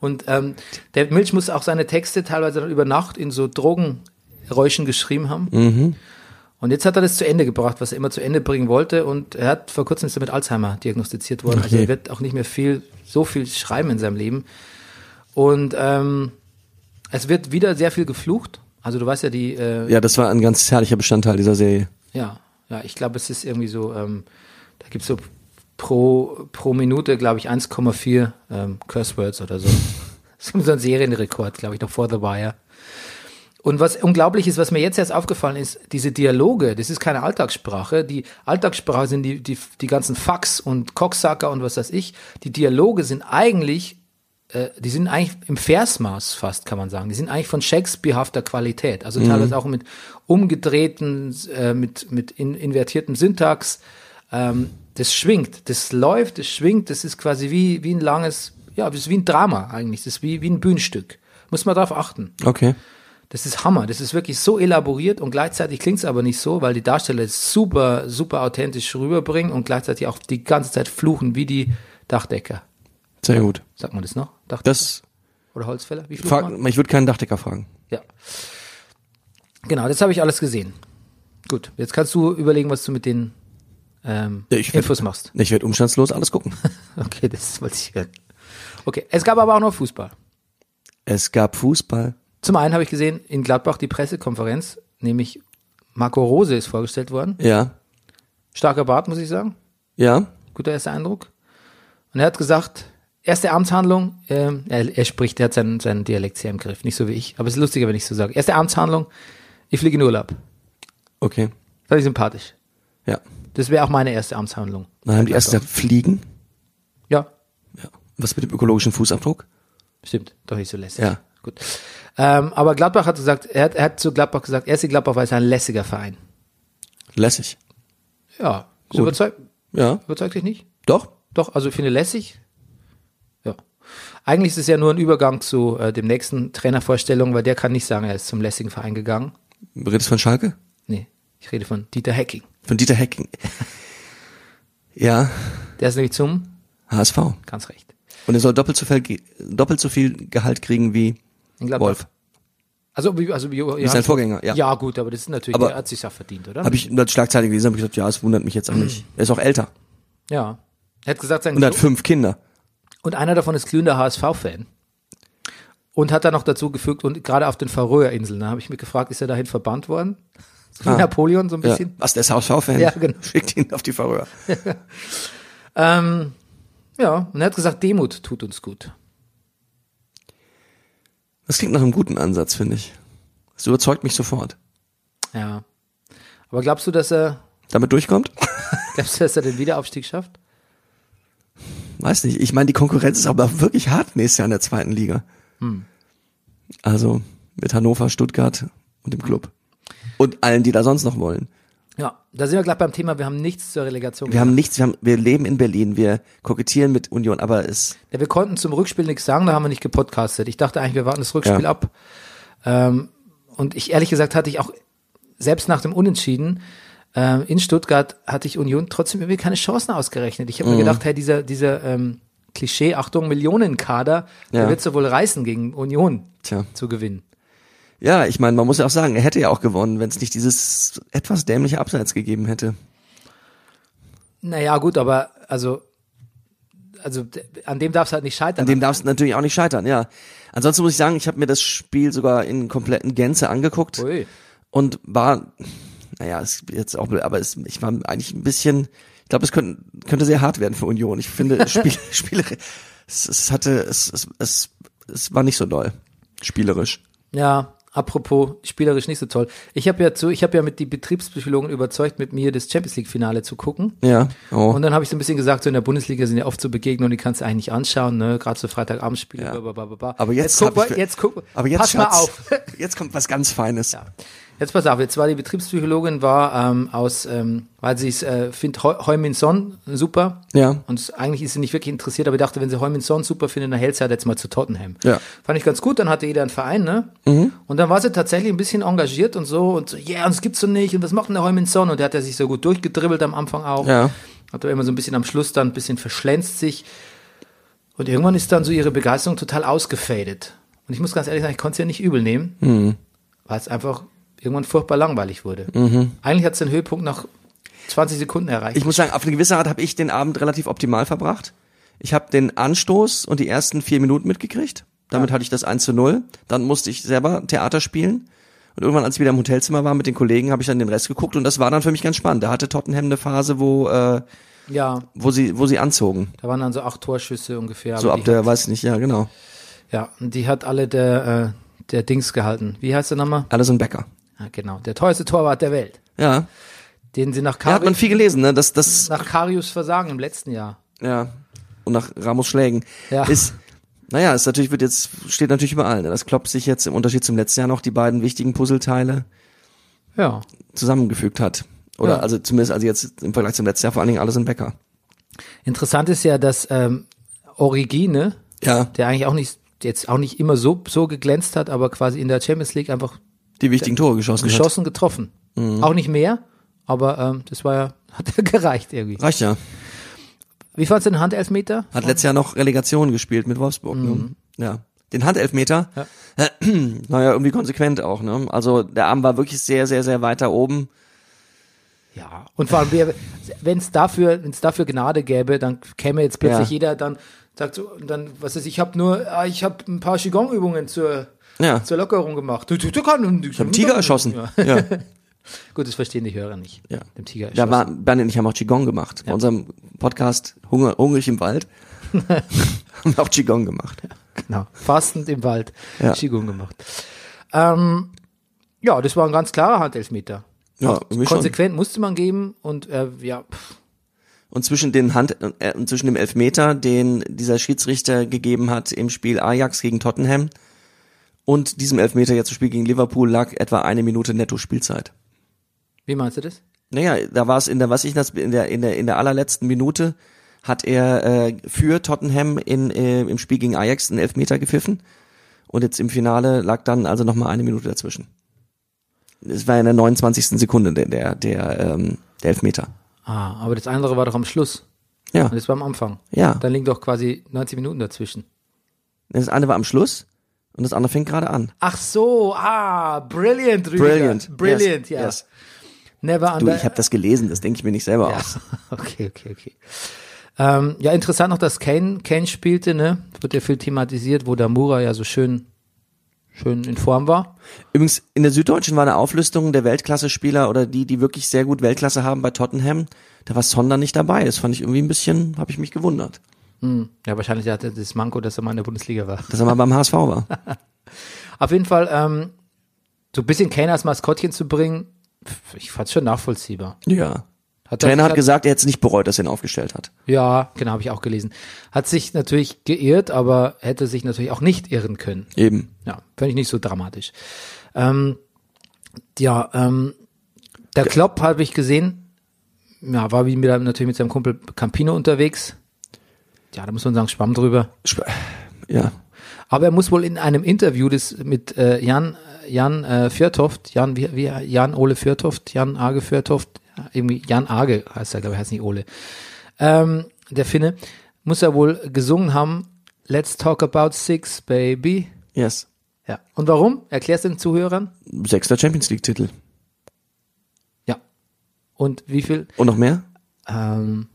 Speaker 1: Und ähm, der Milch muss auch seine Texte teilweise dann über Nacht in so Drogenräuschen geschrieben haben.
Speaker 2: Mhm.
Speaker 1: Und jetzt hat er das zu Ende gebracht, was er immer zu Ende bringen wollte. Und er hat vor kurzem ist er mit Alzheimer diagnostiziert worden.
Speaker 2: Ach
Speaker 1: Also
Speaker 2: je.
Speaker 1: er wird auch nicht mehr viel, so viel schreiben in seinem Leben. Und ähm, es wird wieder sehr viel geflucht. Also du weißt ja, die äh,
Speaker 2: Ja, das war ein ganz herrlicher Bestandteil dieser Serie.
Speaker 1: ja, ja, ich glaube, es ist irgendwie so, ähm, da gibt's so pro, pro Minute, glaube ich, 1,4 ähm, Curse Words oder so. Das ist so ein Serienrekord, glaube ich, noch vor The Wire. Und was unglaublich ist, was mir jetzt erst aufgefallen ist, diese Dialoge, das ist keine Alltagssprache. Die Alltagssprache sind die, die, die ganzen Fax und Cocksacker und was weiß ich. Die Dialoge sind eigentlich, äh, die sind eigentlich im Versmaß fast, kann man sagen. Die sind eigentlich von Shakespeare-hafter Qualität. Also
Speaker 2: Mhm.
Speaker 1: teilweise auch mit umgedrehten, äh, mit, mit in, invertiertem Syntax. Ähm, das schwingt, das läuft, das schwingt, das ist quasi wie, wie ein langes, ja, das ist wie ein Drama eigentlich, das ist wie, wie ein Bühnenstück. Muss man darauf achten.
Speaker 2: Okay.
Speaker 1: Das ist Hammer. Das ist wirklich so elaboriert und gleichzeitig klingt's aber nicht so, weil die Darsteller es super, super authentisch rüberbringen und gleichzeitig auch die ganze Zeit fluchen wie die Dachdecker.
Speaker 2: Sehr gut.
Speaker 1: Sagt man das noch? Dachdecker
Speaker 2: Das
Speaker 1: oder Holzfäller? Wie flucht
Speaker 2: frag,
Speaker 1: man?
Speaker 2: ich würde keinen Dachdecker fragen.
Speaker 1: Ja. Genau, das habe ich alles gesehen. Gut, jetzt kannst du überlegen, was du mit den ähm,
Speaker 2: Ja, ich find-
Speaker 1: Infos machst.
Speaker 2: Ich werde umstandslos alles gucken.
Speaker 1: Okay, das wollte ich hören. Okay, es gab aber auch noch Fußball.
Speaker 2: es gab Fußball.
Speaker 1: Zum einen habe ich gesehen in Gladbach die Pressekonferenz, nämlich Marco Rose ist vorgestellt worden.
Speaker 2: Ja.
Speaker 1: Starker Bart, muss ich sagen.
Speaker 2: Ja.
Speaker 1: Guter erster Eindruck. Und er hat gesagt, erste Amtshandlung, ähm, er, er spricht, er hat seinen, seinen Dialekt sehr im Griff, nicht so wie ich. Aber es ist lustiger, wenn ich so sage. Erste Amtshandlung, ich fliege in Urlaub.
Speaker 2: Okay.
Speaker 1: Völlig sympathisch.
Speaker 2: Ja.
Speaker 1: Das wäre auch meine erste Amtshandlung.
Speaker 2: Dann haben die erst gesagt, fliegen.
Speaker 1: Ja,
Speaker 2: Ja. Was mit dem ökologischen Fußabdruck?
Speaker 1: Stimmt, doch nicht so lässig.
Speaker 2: Ja.
Speaker 1: Gut. Ähm, aber Gladbach hat gesagt, er hat, er hat zu Gladbach gesagt, erste Gladbach war jetzt ein lässiger Verein.
Speaker 2: Lässig.
Speaker 1: Ja. So überzeugt,
Speaker 2: Ja.
Speaker 1: überzeugt dich nicht?
Speaker 2: Doch.
Speaker 1: Doch, also ich finde lässig. Ja. Eigentlich ist es ja nur ein Übergang zu äh, dem nächsten Trainervorstellung, weil der kann nicht sagen, er ist zum lässigen Verein gegangen.
Speaker 2: Redest du von Schalke?
Speaker 1: Nee, ich rede von Dieter Hecking.
Speaker 2: Von Dieter Hecking. ja.
Speaker 1: Der ist nämlich zum,
Speaker 2: HSV. Und
Speaker 1: ganz recht.
Speaker 2: er soll doppelt so viel, Ge- doppelt so viel Gehalt kriegen wie
Speaker 1: In Gladbach.
Speaker 2: Wolf.
Speaker 1: Also, wie- also wie
Speaker 2: Wie sein Vorgänger, ja.
Speaker 1: Ja. gut, aber das ist natürlich,
Speaker 2: Aber-
Speaker 1: der hat sich ja verdient, oder?
Speaker 2: Habe ich in der Schlagzeile gelesen, habe ich gesagt, ja, es wundert mich jetzt auch nicht. Er ist auch älter
Speaker 1: ja. Er hat gesagt, sein
Speaker 2: und hat
Speaker 1: Club-
Speaker 2: fünf Kinder.
Speaker 1: Und einer davon ist glühender HSV-Fan. Und hat dann noch dazu gefügt, und gerade auf den Färöerinseln, da habe ich mich gefragt, ist er dahin verbannt worden? So wie
Speaker 2: Ah.
Speaker 1: Napoleon so ein
Speaker 2: Ja.
Speaker 1: bisschen.
Speaker 2: Was, der ist HSV-Fan?
Speaker 1: Ja, genau.
Speaker 2: Schickt ihn auf die Verröhr.
Speaker 1: Ja. Ähm, ja, und er hat gesagt, Demut tut uns gut.
Speaker 2: Das klingt nach einem guten Ansatz, finde ich. Das überzeugt mich sofort.
Speaker 1: Ja. Aber glaubst du, dass er,
Speaker 2: Damit durchkommt?
Speaker 1: glaubst du, dass er den Wiederaufstieg schafft?
Speaker 2: Weiß nicht. Ich meine, die Konkurrenz ist aber wirklich hart nächstes Jahr in der zweiten Liga. Also mit Hannover, Stuttgart und dem Club. Und allen, die da sonst noch wollen.
Speaker 1: Ja, da sind wir gleich beim Thema, wir haben nichts zur Relegation.
Speaker 2: Wir haben nichts, wir, haben, wir leben in Berlin, wir kokettieren mit Union, aber es,
Speaker 1: Ja, wir konnten zum Rückspiel nichts sagen, da haben wir nicht gepodcastet. Ich dachte eigentlich, wir warten das Rückspiel
Speaker 2: Ja.
Speaker 1: ab. Ähm, und ich ehrlich gesagt hatte ich auch, selbst nach dem Unentschieden ähm, in Stuttgart, hatte ich Union trotzdem irgendwie keine Chancen ausgerechnet. Ich habe
Speaker 2: Mhm.
Speaker 1: mir gedacht, hey, dieser, dieser ähm, Klischee, Achtung, Millionenkader, der
Speaker 2: Ja.
Speaker 1: wird wohl reißen, gegen Union
Speaker 2: tja.
Speaker 1: zu gewinnen.
Speaker 2: Ja, ich meine, man muss ja auch sagen, er hätte ja auch gewonnen, wenn es nicht dieses etwas dämliche Abseits gegeben hätte.
Speaker 1: Naja, gut, aber also, also d- an dem darf es halt nicht scheitern.
Speaker 2: An dem darf es natürlich auch nicht scheitern, ja. Ansonsten muss ich sagen, ich habe mir das Spiel sogar in kompletten Gänze angeguckt
Speaker 1: Ui.
Speaker 2: und war, naja, ist jetzt auch, blöd, aber es, ich war eigentlich ein bisschen, ich glaube, es könnte, könnte sehr hart werden für Union. Ich finde, Spiel, Spiele, es, es hatte, es, es, es, es war nicht so doll, spielerisch.
Speaker 1: Ja, apropos spielerisch nicht so toll. Ich habe ja zu, ich habe ja mit die Betriebspsychologen überzeugt, mit mir das Champions League Finale zu gucken.
Speaker 2: Ja, oh.
Speaker 1: Und dann habe ich so ein bisschen gesagt, so in der Bundesliga sind ja oft so Begegnungen, die kannst du eigentlich nicht anschauen, ne? Gerade so Freitagabendspiele.
Speaker 2: Ja.
Speaker 1: bla, bla, bla, bla.
Speaker 2: aber jetzt,
Speaker 1: guck
Speaker 2: hab
Speaker 1: mal,
Speaker 2: ich,
Speaker 1: jetzt guck,
Speaker 2: aber jetzt
Speaker 1: pass
Speaker 2: Schatz,
Speaker 1: mal auf.
Speaker 2: Jetzt kommt was ganz Feines.
Speaker 1: Jetzt pass auf, jetzt war die Betriebspsychologin war ähm, aus, ähm, weil sie es äh, findet Heumin Son super.
Speaker 2: Ja.
Speaker 1: Und es- eigentlich ist sie nicht wirklich interessiert, aber ich dachte, wenn sie Heumin Son super findet, dann hält sie halt jetzt mal zu Tottenham.
Speaker 2: Ja. Mhm.
Speaker 1: Fand ich ganz gut, dann hatte jeder einen Verein, ne? Und dann war sie tatsächlich ein bisschen engagiert und so und so, ja, yeah, uns gibt's so nicht und was macht denn der Heumin Son? Und der hat ja sich so gut durchgedribbelt am Anfang auch.
Speaker 2: Ja.
Speaker 1: Hat aber immer so ein bisschen am Schluss dann ein bisschen verschlänzt sich. Und irgendwann ist dann so ihre Begeisterung total ausgefadet. Und ich muss ganz ehrlich sagen, ich konnte es ja nicht übel nehmen,
Speaker 2: Mhm.
Speaker 1: weil es einfach irgendwann furchtbar langweilig wurde.
Speaker 2: Mhm.
Speaker 1: Eigentlich hat es den Höhepunkt nach 20 Sekunden erreicht.
Speaker 2: ich muss sagen, auf eine gewisse Art habe ich den Abend relativ optimal verbracht. Ich habe den Anstoß und die ersten vier Minuten mitgekriegt. Damit hatte ich das 1 zu 0. Dann musste ich selber Theater spielen. Und irgendwann, als ich wieder im Hotelzimmer war mit den Kollegen, habe ich dann den Rest geguckt und das war dann für mich ganz spannend. Da hatte Tottenham eine Phase, wo, äh,
Speaker 1: ja,
Speaker 2: wo sie, wo sie anzogen.
Speaker 1: da waren dann so acht Torschüsse ungefähr.
Speaker 2: so
Speaker 1: aber
Speaker 2: ab
Speaker 1: die
Speaker 2: der, weiß nicht, ja, genau.
Speaker 1: hat, ja, und die hat alle der, äh, der Dings gehalten. Wie heißt der nochmal?
Speaker 2: Alison Becker.
Speaker 1: Ah, genau, der teuerste Torwart der Welt,
Speaker 2: Ja.
Speaker 1: den sie nach,
Speaker 2: Da hat
Speaker 1: Kari
Speaker 2: man viel gelesen, ne? Das, das,
Speaker 1: nach Karius Versagen im letzten Jahr.
Speaker 2: ja. Und nach Ramos Schlägen.
Speaker 1: Ja.
Speaker 2: Ist, naja, ist natürlich, wird jetzt, steht natürlich überall, ne? Das kloppt sich jetzt im Unterschied zum letzten Jahr noch die beiden wichtigen Puzzleteile.
Speaker 1: Ja.
Speaker 2: zusammengefügt hat. Oder
Speaker 1: Ja.
Speaker 2: also zumindest also jetzt im Vergleich zum letzten Jahr vor allen Dingen alles in Becker.
Speaker 1: Interessant ist ja, dass ähm, Origine,
Speaker 2: Ja,
Speaker 1: der eigentlich auch nicht jetzt auch nicht immer so so geglänzt hat, aber quasi in der Champions League einfach
Speaker 2: die wichtigen Tore geschossen,
Speaker 1: geschossen getroffen.
Speaker 2: Mhm.
Speaker 1: Auch nicht mehr, aber ähm, das war ja hat ja gereicht irgendwie.
Speaker 2: hat. Reicht ja.
Speaker 1: Wie fandst du den Handelfmeter?
Speaker 2: Hat letztes Jahr noch Relegation gespielt mit Wolfsburg. Ne? Ja. Den Handelfmeter, ja. naja, irgendwie konsequent auch. Ne? Also der Arm war wirklich sehr, sehr, sehr weiter oben.
Speaker 1: Ja. Und vor allem, wenn es dafür, wenn's dafür Gnade gäbe, dann käme jetzt plötzlich
Speaker 2: Ja.
Speaker 1: jeder dann sagt so, und dann was ist, ich habe nur, ah, ich habe ein paar Qigong-Übungen zur
Speaker 2: Ja.
Speaker 1: zur Lockerung gemacht. Du, du, du kannst. Ich
Speaker 2: Haben Tiger erschossen.
Speaker 1: Ja.
Speaker 2: Ja.
Speaker 1: Gut, das verstehen die Hörer nicht.
Speaker 2: Ja.
Speaker 1: Dem Tiger erschossen.
Speaker 2: Da war, Bernd und ich haben auch Qigong gemacht. Bei unserem Podcast Hunger, Hungrig im Wald haben wir auch Qigong gemacht.
Speaker 1: Genau. Fastend im Wald
Speaker 2: Ja.
Speaker 1: Qigong gemacht. Ähm, ja, das war ein ganz klarer Handelfmeter.
Speaker 2: Ja, irgendwie schon.
Speaker 1: Konsequent musste man geben und äh, ja, pff,
Speaker 2: Und zwischen den Hand äh, und zwischen dem Elfmeter, den dieser Schiedsrichter gegeben hat im Spiel Ajax gegen Tottenham und diesem Elfmeter jetzt im Spiel gegen Liverpool lag etwa eine Minute netto Spielzeit.
Speaker 1: wie meinst du das?
Speaker 2: Naja, da war es in der, was ich das in der in der in der allerletzten Minute hat er äh, für Tottenham in äh, im Spiel gegen Ajax einen Elfmeter gepfiffen und jetzt im Finale lag dann also noch mal eine Minute dazwischen. Es war in der 29. Sekunde der der der, ähm, der Elfmeter.
Speaker 1: Ah, aber das andere war doch am Schluss
Speaker 2: Ja,
Speaker 1: und das war am Anfang.
Speaker 2: ja.
Speaker 1: Dann liegen doch quasi 90 Minuten dazwischen.
Speaker 2: Das eine war am Schluss und das andere fängt gerade an.
Speaker 1: Ach so, ah, brilliant, Rüdiger.
Speaker 2: Brilliant.
Speaker 1: Brilliant,
Speaker 2: Yes,
Speaker 1: ja.
Speaker 2: yes.
Speaker 1: Never
Speaker 2: Du,
Speaker 1: under.
Speaker 2: ich habe das gelesen, das denke ich mir nicht selber
Speaker 1: ja.
Speaker 2: aus.
Speaker 1: Okay, okay, okay. Ähm, ja, interessant noch, dass Kane, Kane spielte, ne? Wird ja viel thematisiert, wo Damura ja so schön, schön in Form war.
Speaker 2: Übrigens, in der Süddeutschen war eine Auflistung der Weltklasse-Spieler oder die, die wirklich sehr gut Weltklasse haben bei Tottenham. Da war Sonder nicht dabei. Das fand ich irgendwie ein bisschen, habe ich mich gewundert.
Speaker 1: Ja, wahrscheinlich hatte er das Manko, dass er mal in der Bundesliga war.
Speaker 2: Dass er mal beim HSV war.
Speaker 1: Auf jeden Fall, ähm, so ein bisschen Kane als Maskottchen zu bringen, pf, ich fand's schon nachvollziehbar.
Speaker 2: Ja.
Speaker 1: Hat
Speaker 2: Trainer hat
Speaker 1: hat-
Speaker 2: gesagt, er hätte es nicht bereut, dass er ihn aufgestellt hat.
Speaker 1: Ja, genau, habe ich auch gelesen. Hat sich natürlich geirrt, aber hätte sich natürlich auch nicht irren können.
Speaker 2: Eben.
Speaker 1: Ja, fand ich nicht so dramatisch. Ähm, ja, ähm, der Klopp habe ich gesehen, ja, war wie mit, einem- natürlich mit seinem Kumpel Campino unterwegs. Ja, da muss man sagen, Schwamm drüber.
Speaker 2: Sp- Ja.
Speaker 1: Aber er muss wohl in einem Interview das mit äh, Jan, Jan äh, Fjörtoft, Jan, wie, wie, Jan Ole Fjörtoft, Jan Age Fjörtoft, ja, irgendwie Jan Age heißt er, glaube ich, heißt nicht Ole. Ähm, der Finne, muss er wohl gesungen haben, Let's talk about six, baby.
Speaker 2: Yes.
Speaker 1: Ja. Und warum? Erklär's den Zuhörern.
Speaker 2: Sechster Champions League-Titel.
Speaker 1: Ja. Und wie viel?
Speaker 2: Und noch mehr?
Speaker 1: Ähm,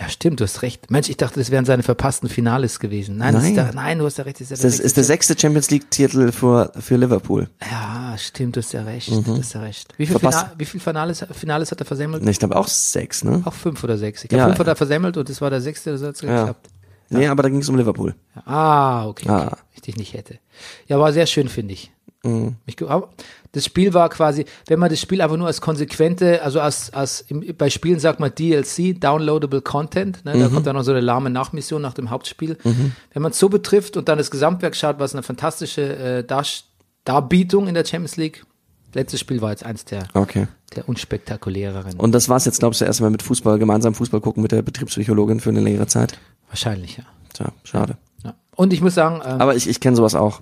Speaker 1: ja, stimmt, du hast recht. Mensch, ich dachte, das wären seine verpassten Finales gewesen. Nein,
Speaker 2: Nein.
Speaker 1: Das ist der, nein du hast ja recht. Das ist, der
Speaker 2: Das ist der
Speaker 1: sechste
Speaker 2: sechste Champions League-Titel für, für Liverpool.
Speaker 1: Champ- Ja, stimmt, du hast ja recht. Du hast ja recht. Wie viel,
Speaker 2: Mhm. Verpasst.
Speaker 1: Fina wie viel Finales, Finales hat er versemmelt?
Speaker 2: Ich glaube auch sechs, ne?
Speaker 1: Auch fünf oder sechs. Ich glaube,
Speaker 2: Ja.
Speaker 1: fünf hat er versemmelt und das war der sechste, der so hat's geklappt.
Speaker 2: Nee, aber da ging es um Liverpool.
Speaker 1: Ah, okay. okay.
Speaker 2: Ah.
Speaker 1: Ich dich nicht hätte. Ja, war sehr schön, finde ich.
Speaker 2: Mhm.
Speaker 1: Mich ge- aber das Spiel war quasi, wenn man das Spiel einfach nur als konsequente, also als, als im, bei Spielen sagt man DLC, Downloadable Content, ne,
Speaker 2: Mhm.
Speaker 1: da kommt dann noch so eine lahme Nachmission nach dem Hauptspiel. Wenn man es so betrifft und dann das Gesamtwerk schaut, war es eine fantastische äh, Darst- Darbietung in der Champions League. Letztes Spiel war jetzt eins der,
Speaker 2: Okay.
Speaker 1: der unspektakuläreren.
Speaker 2: Ah. Und das war's jetzt, glaubst du, erstmal mit Fußball, gemeinsam Fußball gucken mit der Betriebspsychologin für eine längere Zeit?
Speaker 1: Wahrscheinlich, ja.
Speaker 2: Tja, schade.
Speaker 1: ja. Und ich muss sagen, ähm,
Speaker 2: Aber ich, ich kenne sowas auch.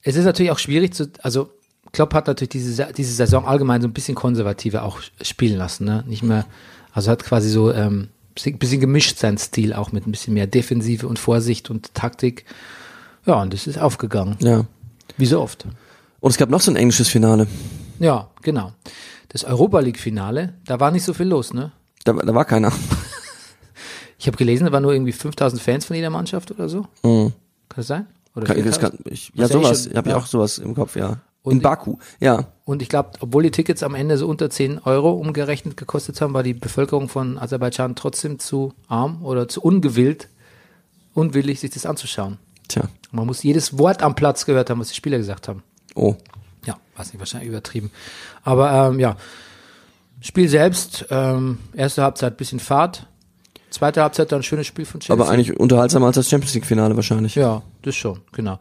Speaker 1: Es ist natürlich auch schwierig zu, also Klopp hat natürlich diese, Sa- diese Saison allgemein so ein bisschen konservativer auch spielen lassen, ne? Nicht mehr, also hat quasi so ähm, bisschen- bisschen gemischt seinen Stil auch mit ein bisschen mehr Defensive und Vorsicht und Taktik. Ja, und das ist aufgegangen.
Speaker 2: Ja.
Speaker 1: Wie so oft.
Speaker 2: Und es gab noch so ein englisches Finale.
Speaker 1: Ja, genau. Das Europa League-Finale, da war nicht so viel los, ne?
Speaker 2: Da, da war keiner.
Speaker 1: Ich habe gelesen, da waren nur irgendwie 5000 Fans von jeder Mannschaft oder so. Kann das sein? Oder
Speaker 2: Mhm. Kann, das
Speaker 1: 4000?
Speaker 2: kann, ich, ja,
Speaker 1: Ist ja eh
Speaker 2: sowas.
Speaker 1: schon-
Speaker 2: Ich habe ja
Speaker 1: ja.
Speaker 2: auch sowas im Kopf, ja.
Speaker 1: Und
Speaker 2: In
Speaker 1: ich-
Speaker 2: Baku. Ja.
Speaker 1: Und ich glaube, obwohl die Tickets am Ende so unter 10 Euro umgerechnet gekostet haben, war die Bevölkerung von Aserbaidschan trotzdem zu arm oder zu ungewillt, unwillig, sich das anzuschauen.
Speaker 2: Tja.
Speaker 1: Man muss jedes Wort am Platz gehört haben, was die Spieler gesagt haben.
Speaker 2: Oh.
Speaker 1: Ja, weiß nicht, wahrscheinlich übertrieben. Aber ähm, ja, Spiel selbst, ähm, erste Halbzeit bisschen Fahrt, zweite Halbzeit dann ein schönes Spiel von Chelsea.
Speaker 2: Aber eigentlich unterhaltsamer als das Champions League Finale wahrscheinlich.
Speaker 1: Ja, das schon, genau.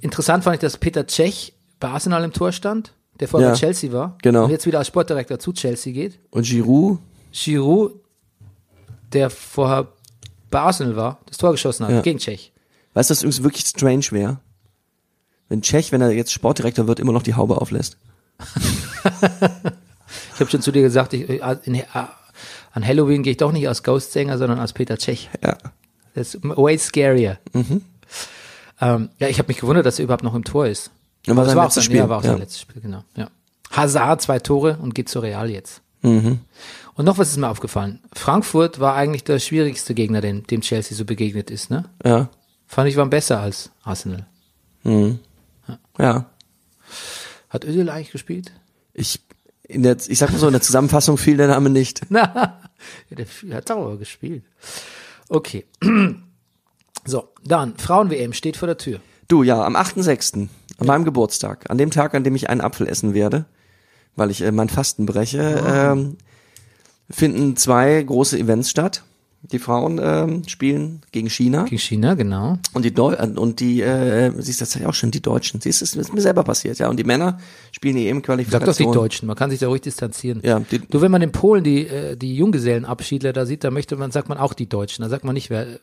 Speaker 1: Interessant fand ich, dass Peter Cech bei Arsenal im Tor stand, der vorher
Speaker 2: Ja,
Speaker 1: bei Chelsea war.
Speaker 2: genau.
Speaker 1: Und jetzt wieder als Sportdirektor zu Chelsea geht.
Speaker 2: Und Giroud,
Speaker 1: Giroud, der vorher bei Arsenal war, das Tor geschossen hat,
Speaker 2: Ja.
Speaker 1: gegen Tschech.
Speaker 2: Weißt du, was übrigens wirklich strange wäre? Wenn Tschech, wenn er jetzt Sportdirektor wird, immer noch die Haube auflässt.
Speaker 1: Ich habe schon zu dir gesagt, ich, äh, in, äh, an Halloween gehe ich doch nicht als Ghost-Sänger, sondern als Peter Tschech.
Speaker 2: Ja.
Speaker 1: Das ist way scarier.
Speaker 2: Mhm.
Speaker 1: Ähm, ja, ich habe mich gewundert, dass er überhaupt noch im Tor ist.
Speaker 2: Ja, war
Speaker 1: Aber es
Speaker 2: sein
Speaker 1: war auch
Speaker 2: letztes
Speaker 1: sein, Ja,
Speaker 2: Spiel,
Speaker 1: war auch
Speaker 2: ja.
Speaker 1: sein letztes Spiel, genau. Ja. Hazard zwei Tore und geht zu Real jetzt.
Speaker 2: Mhm.
Speaker 1: Und noch was ist mir aufgefallen. Frankfurt war eigentlich der schwierigste Gegner, dem, dem Chelsea so begegnet ist. Ne?
Speaker 2: Ja.
Speaker 1: Fand ich, waren besser als Arsenal.
Speaker 2: Ja.
Speaker 1: Hat Özil eigentlich gespielt?
Speaker 2: Ich, in der, ich sag mal so, in der Zusammenfassung fiel der Name nicht.
Speaker 1: Na, ja, der hat sauber gespielt. Okay. So, dann, Frauen-WM steht vor der Tür.
Speaker 2: Du, ja, am 8.6., an meinem Geburtstag, an dem Tag, an dem ich einen Apfel essen werde, weil ich äh, mein Fasten breche, ähm, finden zwei große Events statt. Die Frauen ähm, spielen gegen China
Speaker 1: Gegen China, genau.
Speaker 2: und die Deu äh, und die äh, siehst du, das sag ich auch schon die Deutschen. Siehst du, das ist mir selber passiert, ja. Und die Männer spielen die
Speaker 1: Sag
Speaker 2: EM-Qualifikation.
Speaker 1: doch die Deutschen, man kann sich da ruhig distanzieren.
Speaker 2: Ja, die-
Speaker 1: du, wenn man in Polen die, äh, die Junggesellenabschiedler da sieht, da möchte man, sagt man auch die Deutschen, da sagt man nicht, wer.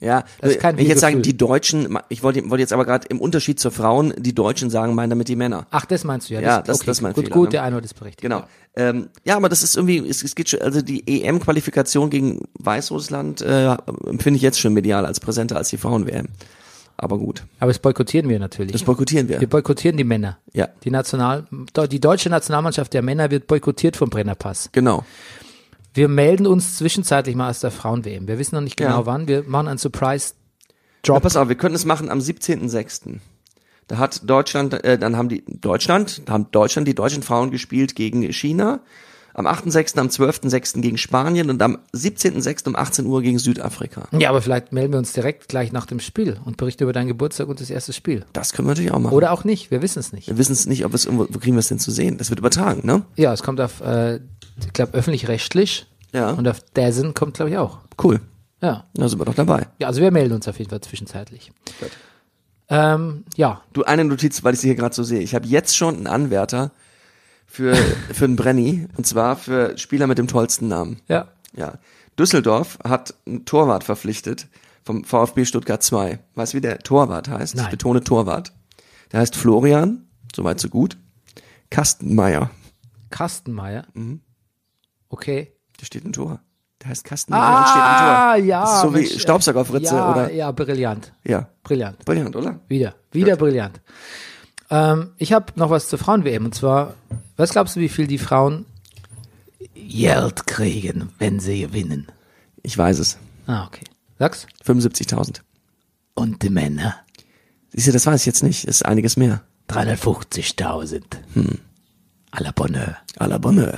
Speaker 2: Ja,
Speaker 1: Das ist kein
Speaker 2: wenn ich jetzt sagen,
Speaker 1: Gefühl.
Speaker 2: die Deutschen, ma- ich wollte, wollte jetzt aber gerade im Unterschied zur Frauen, die Deutschen sagen, meinen damit die Männer.
Speaker 1: Ach, das meinst du ja.
Speaker 2: Ja, das- das ist mein
Speaker 1: gut,
Speaker 2: Fehler,
Speaker 1: gut,
Speaker 2: ne?
Speaker 1: der Einwort ist berechtigt.
Speaker 2: Genau. Ähm, ja, aber das ist irgendwie, es, es geht schon, also die EM-Qualifikation gegen Weißrussland äh, empfinde ich jetzt schon medial als präsenter als die Frauen-WM. Aber gut,
Speaker 1: Aber das boykottieren wir natürlich.
Speaker 2: das boykottieren wir.
Speaker 1: wir boykottieren die Männer.
Speaker 2: Ja.
Speaker 1: Die, National, die deutsche Nationalmannschaft der Männer wird boykottiert vom Brennerpass.
Speaker 2: Genau.
Speaker 1: Wir melden uns zwischenzeitlich mal aus der Frauen-WM. Wir wissen noch nicht genau
Speaker 2: Ja.
Speaker 1: wann. Wir machen einen Surprise.
Speaker 2: Ja, pass auf, wir können es machen am 17.06. Da hat Deutschland, äh, dann haben die Deutschland, da haben Deutschland die deutschen Frauen gespielt gegen China. Am 8.06., am 12.06. gegen Spanien und am 17.06. um 18 Uhr gegen Südafrika.
Speaker 1: Ja, aber vielleicht melden wir uns direkt gleich nach dem Spiel und berichten über deinen Geburtstag und das erste Spiel.
Speaker 2: Das können wir natürlich auch machen.
Speaker 1: Oder auch nicht. Wir wissen es nicht.
Speaker 2: Wir wissen es nicht, ob wir es irgendwo, wo kriegen wir es denn zu sehen? Das wird übertragen, ne?
Speaker 1: Ja, es kommt auf, äh, ich glaube, öffentlich-rechtlich.
Speaker 2: Ja.
Speaker 1: Und auf Dazen kommt, glaube ich, auch.
Speaker 2: Cool.
Speaker 1: Ja.
Speaker 2: Da sind wir doch dabei.
Speaker 1: Ja, also wir melden uns auf jeden Fall zwischenzeitlich. Ähm, ja,
Speaker 2: Du, eine Notiz, weil ich sie hier gerade so sehe. Ich habe jetzt schon einen Anwärter für, für einen Brenny, und zwar für Spieler mit dem tollsten Namen.
Speaker 1: ja.
Speaker 2: Ja. Düsseldorf hat einen Torwart verpflichtet vom VfB Stuttgart 2. Weißt du, wie der Torwart heißt?
Speaker 1: Nein.
Speaker 2: Ich betone Torwart. Der heißt Florian, soweit so gut. Kastenmeier.
Speaker 1: Kastenmeier. Okay.
Speaker 2: Der steht im Tor. Der heißt Kastenmeier und steht im Tor.
Speaker 1: ja.
Speaker 2: Das ist so
Speaker 1: Mensch,
Speaker 2: wie
Speaker 1: äh,
Speaker 2: Staubsaugerfritze
Speaker 1: ja,
Speaker 2: oder.
Speaker 1: Ja, brillant.
Speaker 2: Ja.
Speaker 1: Brillant.
Speaker 2: Brillant, oder?
Speaker 1: Wieder. Wieder brillant. Ähm, ich habe noch was zur Frauen-WM. Und zwar, was glaubst du, wie viel die Frauen Geld kriegen, wenn sie gewinnen?
Speaker 2: Ich weiß es.
Speaker 1: Ah, okay. Sag's.
Speaker 2: 75.000.
Speaker 1: Und die Männer?
Speaker 2: Siehst du, das weiß ich jetzt nicht. Ist einiges mehr.
Speaker 1: 350.000. Hm. À la Bonheur.
Speaker 2: A la Bonne.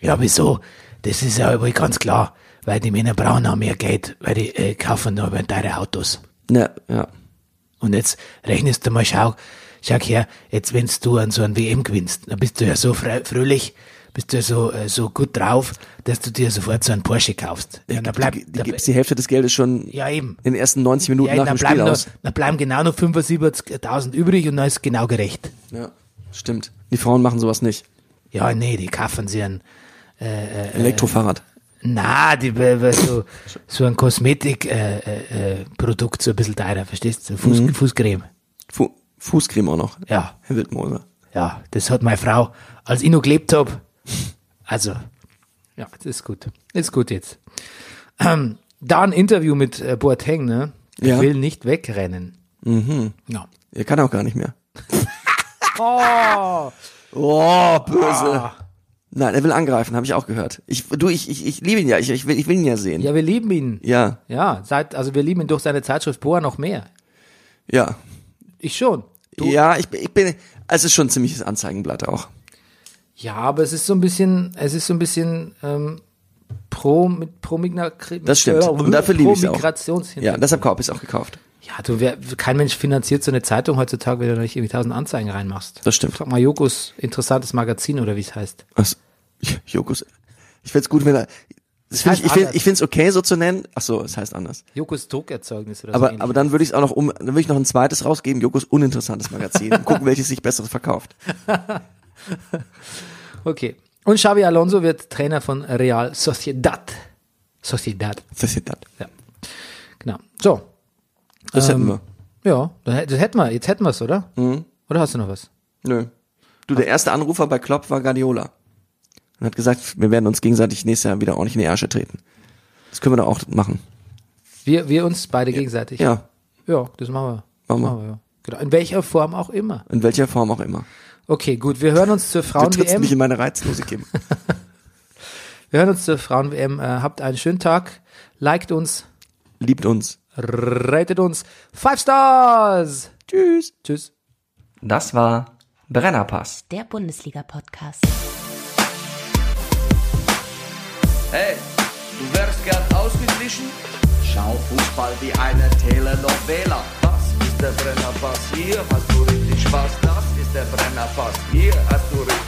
Speaker 1: Ja, wieso? Das ist ja übrigens ganz klar, weil die Männer brauchen auch mehr Geld, weil die äh, kaufen nur über teure Autos.
Speaker 2: ne, ja.
Speaker 1: Und jetzt rechnest du mal, schau, schau her, jetzt wenn du an so einem WM gewinnst, dann bist du ja so frö- fröhlich, bist du ja so, äh, so gut drauf, dass du dir sofort so einen Porsche kaufst. Ja, dann bleibt,
Speaker 2: Die, die gibst die Hälfte des Geldes schon
Speaker 1: ja eben.
Speaker 2: in den ersten 90 Minuten
Speaker 1: Ja,
Speaker 2: nach
Speaker 1: dann,
Speaker 2: dem Spiel
Speaker 1: bleiben noch,
Speaker 2: aus.
Speaker 1: dann bleiben genau noch 75.000 übrig und dann ist genau gerecht.
Speaker 2: Ja, stimmt. Die Frauen machen sowas nicht.
Speaker 1: Ja, nee, die kaufen sich einen Äh.
Speaker 2: Elektrofahrrad.
Speaker 1: Na, die, be- be- so, so ein Kosmetikprodukt, äh, äh, Produkt, so ein bisschen teurer, verstehst du?
Speaker 2: Mhm.
Speaker 1: Fuß, Fußcreme.
Speaker 2: Fu Fußcreme auch noch.
Speaker 1: Ja,
Speaker 2: Herr Wildmoser.
Speaker 1: ja, das hat meine Frau, als ich noch gelebt habe. Also, ja, das ist gut. Ist gut jetzt. Ähm, da ein Interview mit äh, Boateng, ne? Ich
Speaker 2: Ja.
Speaker 1: will nicht wegrennen. Mhm. Ja.
Speaker 2: Er kann auch gar nicht mehr.
Speaker 1: Oh, Ah.
Speaker 2: Oh, böse. Nein, er will angreifen, habe ich auch gehört. Ich, du, ich, ich, ich liebe ihn ja. Ich, ich, will, ich will ihn ja sehen. Ja.
Speaker 1: ja, wir lieben ihn.
Speaker 2: Ja.
Speaker 1: Ja, seit, also wir lieben ihn durch seine Zeitschrift Boa noch mehr.
Speaker 2: Ja,
Speaker 1: Ich schon.
Speaker 2: ich, bin- ich bin. Es ist schon ein ziemliches Anzeigenblatt auch.
Speaker 1: Ja, aber es ist so ein bisschen, es ist so ein bisschen ähm, pro mit pro Migna
Speaker 2: Das stimmt. Und dafür liebe
Speaker 1: pro
Speaker 2: ich's auch. Ja,
Speaker 1: Migrationshintergrund.
Speaker 2: deshalb habe ich es auch gekauft.
Speaker 1: Ja. du wer, kein Mensch finanziert so eine Zeitung heutzutage, wenn du da nicht irgendwie tausend Anzeigen reinmachst.
Speaker 2: Das stimmt.
Speaker 1: Frag mal Jokos interessantes Magazin oder wie es heißt.
Speaker 2: Was? Jokus. Ich find's gut, wenn er. Das find
Speaker 1: heißt
Speaker 2: ich ich, find,
Speaker 1: anders.
Speaker 2: ich find's okay, so zu nennen. Ach so, es heißt anders.
Speaker 1: Jokos Druckerzeugnis oder so.
Speaker 2: Aber,
Speaker 1: ähnlich.
Speaker 2: aber dann würde ich auch noch um, dann würde ich noch ein zweites rausgeben, Jokos uninteressantes Magazin. Und gucken, welches sich besser verkauft.
Speaker 1: okay. Und Xavi Alonso wird Trainer von Real Sociedad. Sociedad.
Speaker 2: Das ist das.
Speaker 1: Ja. Genau. So,
Speaker 2: Das
Speaker 1: Ähm,
Speaker 2: hätten wir.
Speaker 1: ja, dann hä- das hätten wir. Jetzt hätten wir es, oder?
Speaker 2: Mhm.
Speaker 1: Oder hast du noch was?
Speaker 2: Nö. Du, der erste Anrufer bei Klopp war Guardiola. Und hat gesagt, wir werden uns gegenseitig nächstes Jahr wieder ordentlich in die Ärsche treten. Das können wir doch auch machen.
Speaker 1: Wir, wir uns beide gegenseitig.
Speaker 2: Ja,
Speaker 1: Ja, das machen wir.
Speaker 2: Machen wir.
Speaker 1: Das ja. Genau. In welcher Form auch immer.
Speaker 2: in welcher Form auch immer.
Speaker 1: Okay, gut. Wir hören uns zur
Speaker 2: Du trittst
Speaker 1: Frauen-WM.
Speaker 2: mich in meine Reizlosigkeit.
Speaker 1: Wir hören uns zur Frauen-WM. Äh, habt einen schönen Tag. Liked uns.
Speaker 2: Liebt uns.
Speaker 1: Ratet uns. Five Stars.
Speaker 2: Tschüss.
Speaker 1: Tschüss.
Speaker 3: Das war Brennerpass.
Speaker 4: Der Bundesliga-Podcast.
Speaker 5: Hey, du wärst gern ausgeglichen? Schau Fußball wie eine Telenovela. Das ist der Brennerpass, hier hast du richtig Spaß. Das ist der Brennerpass, hier hast du richtig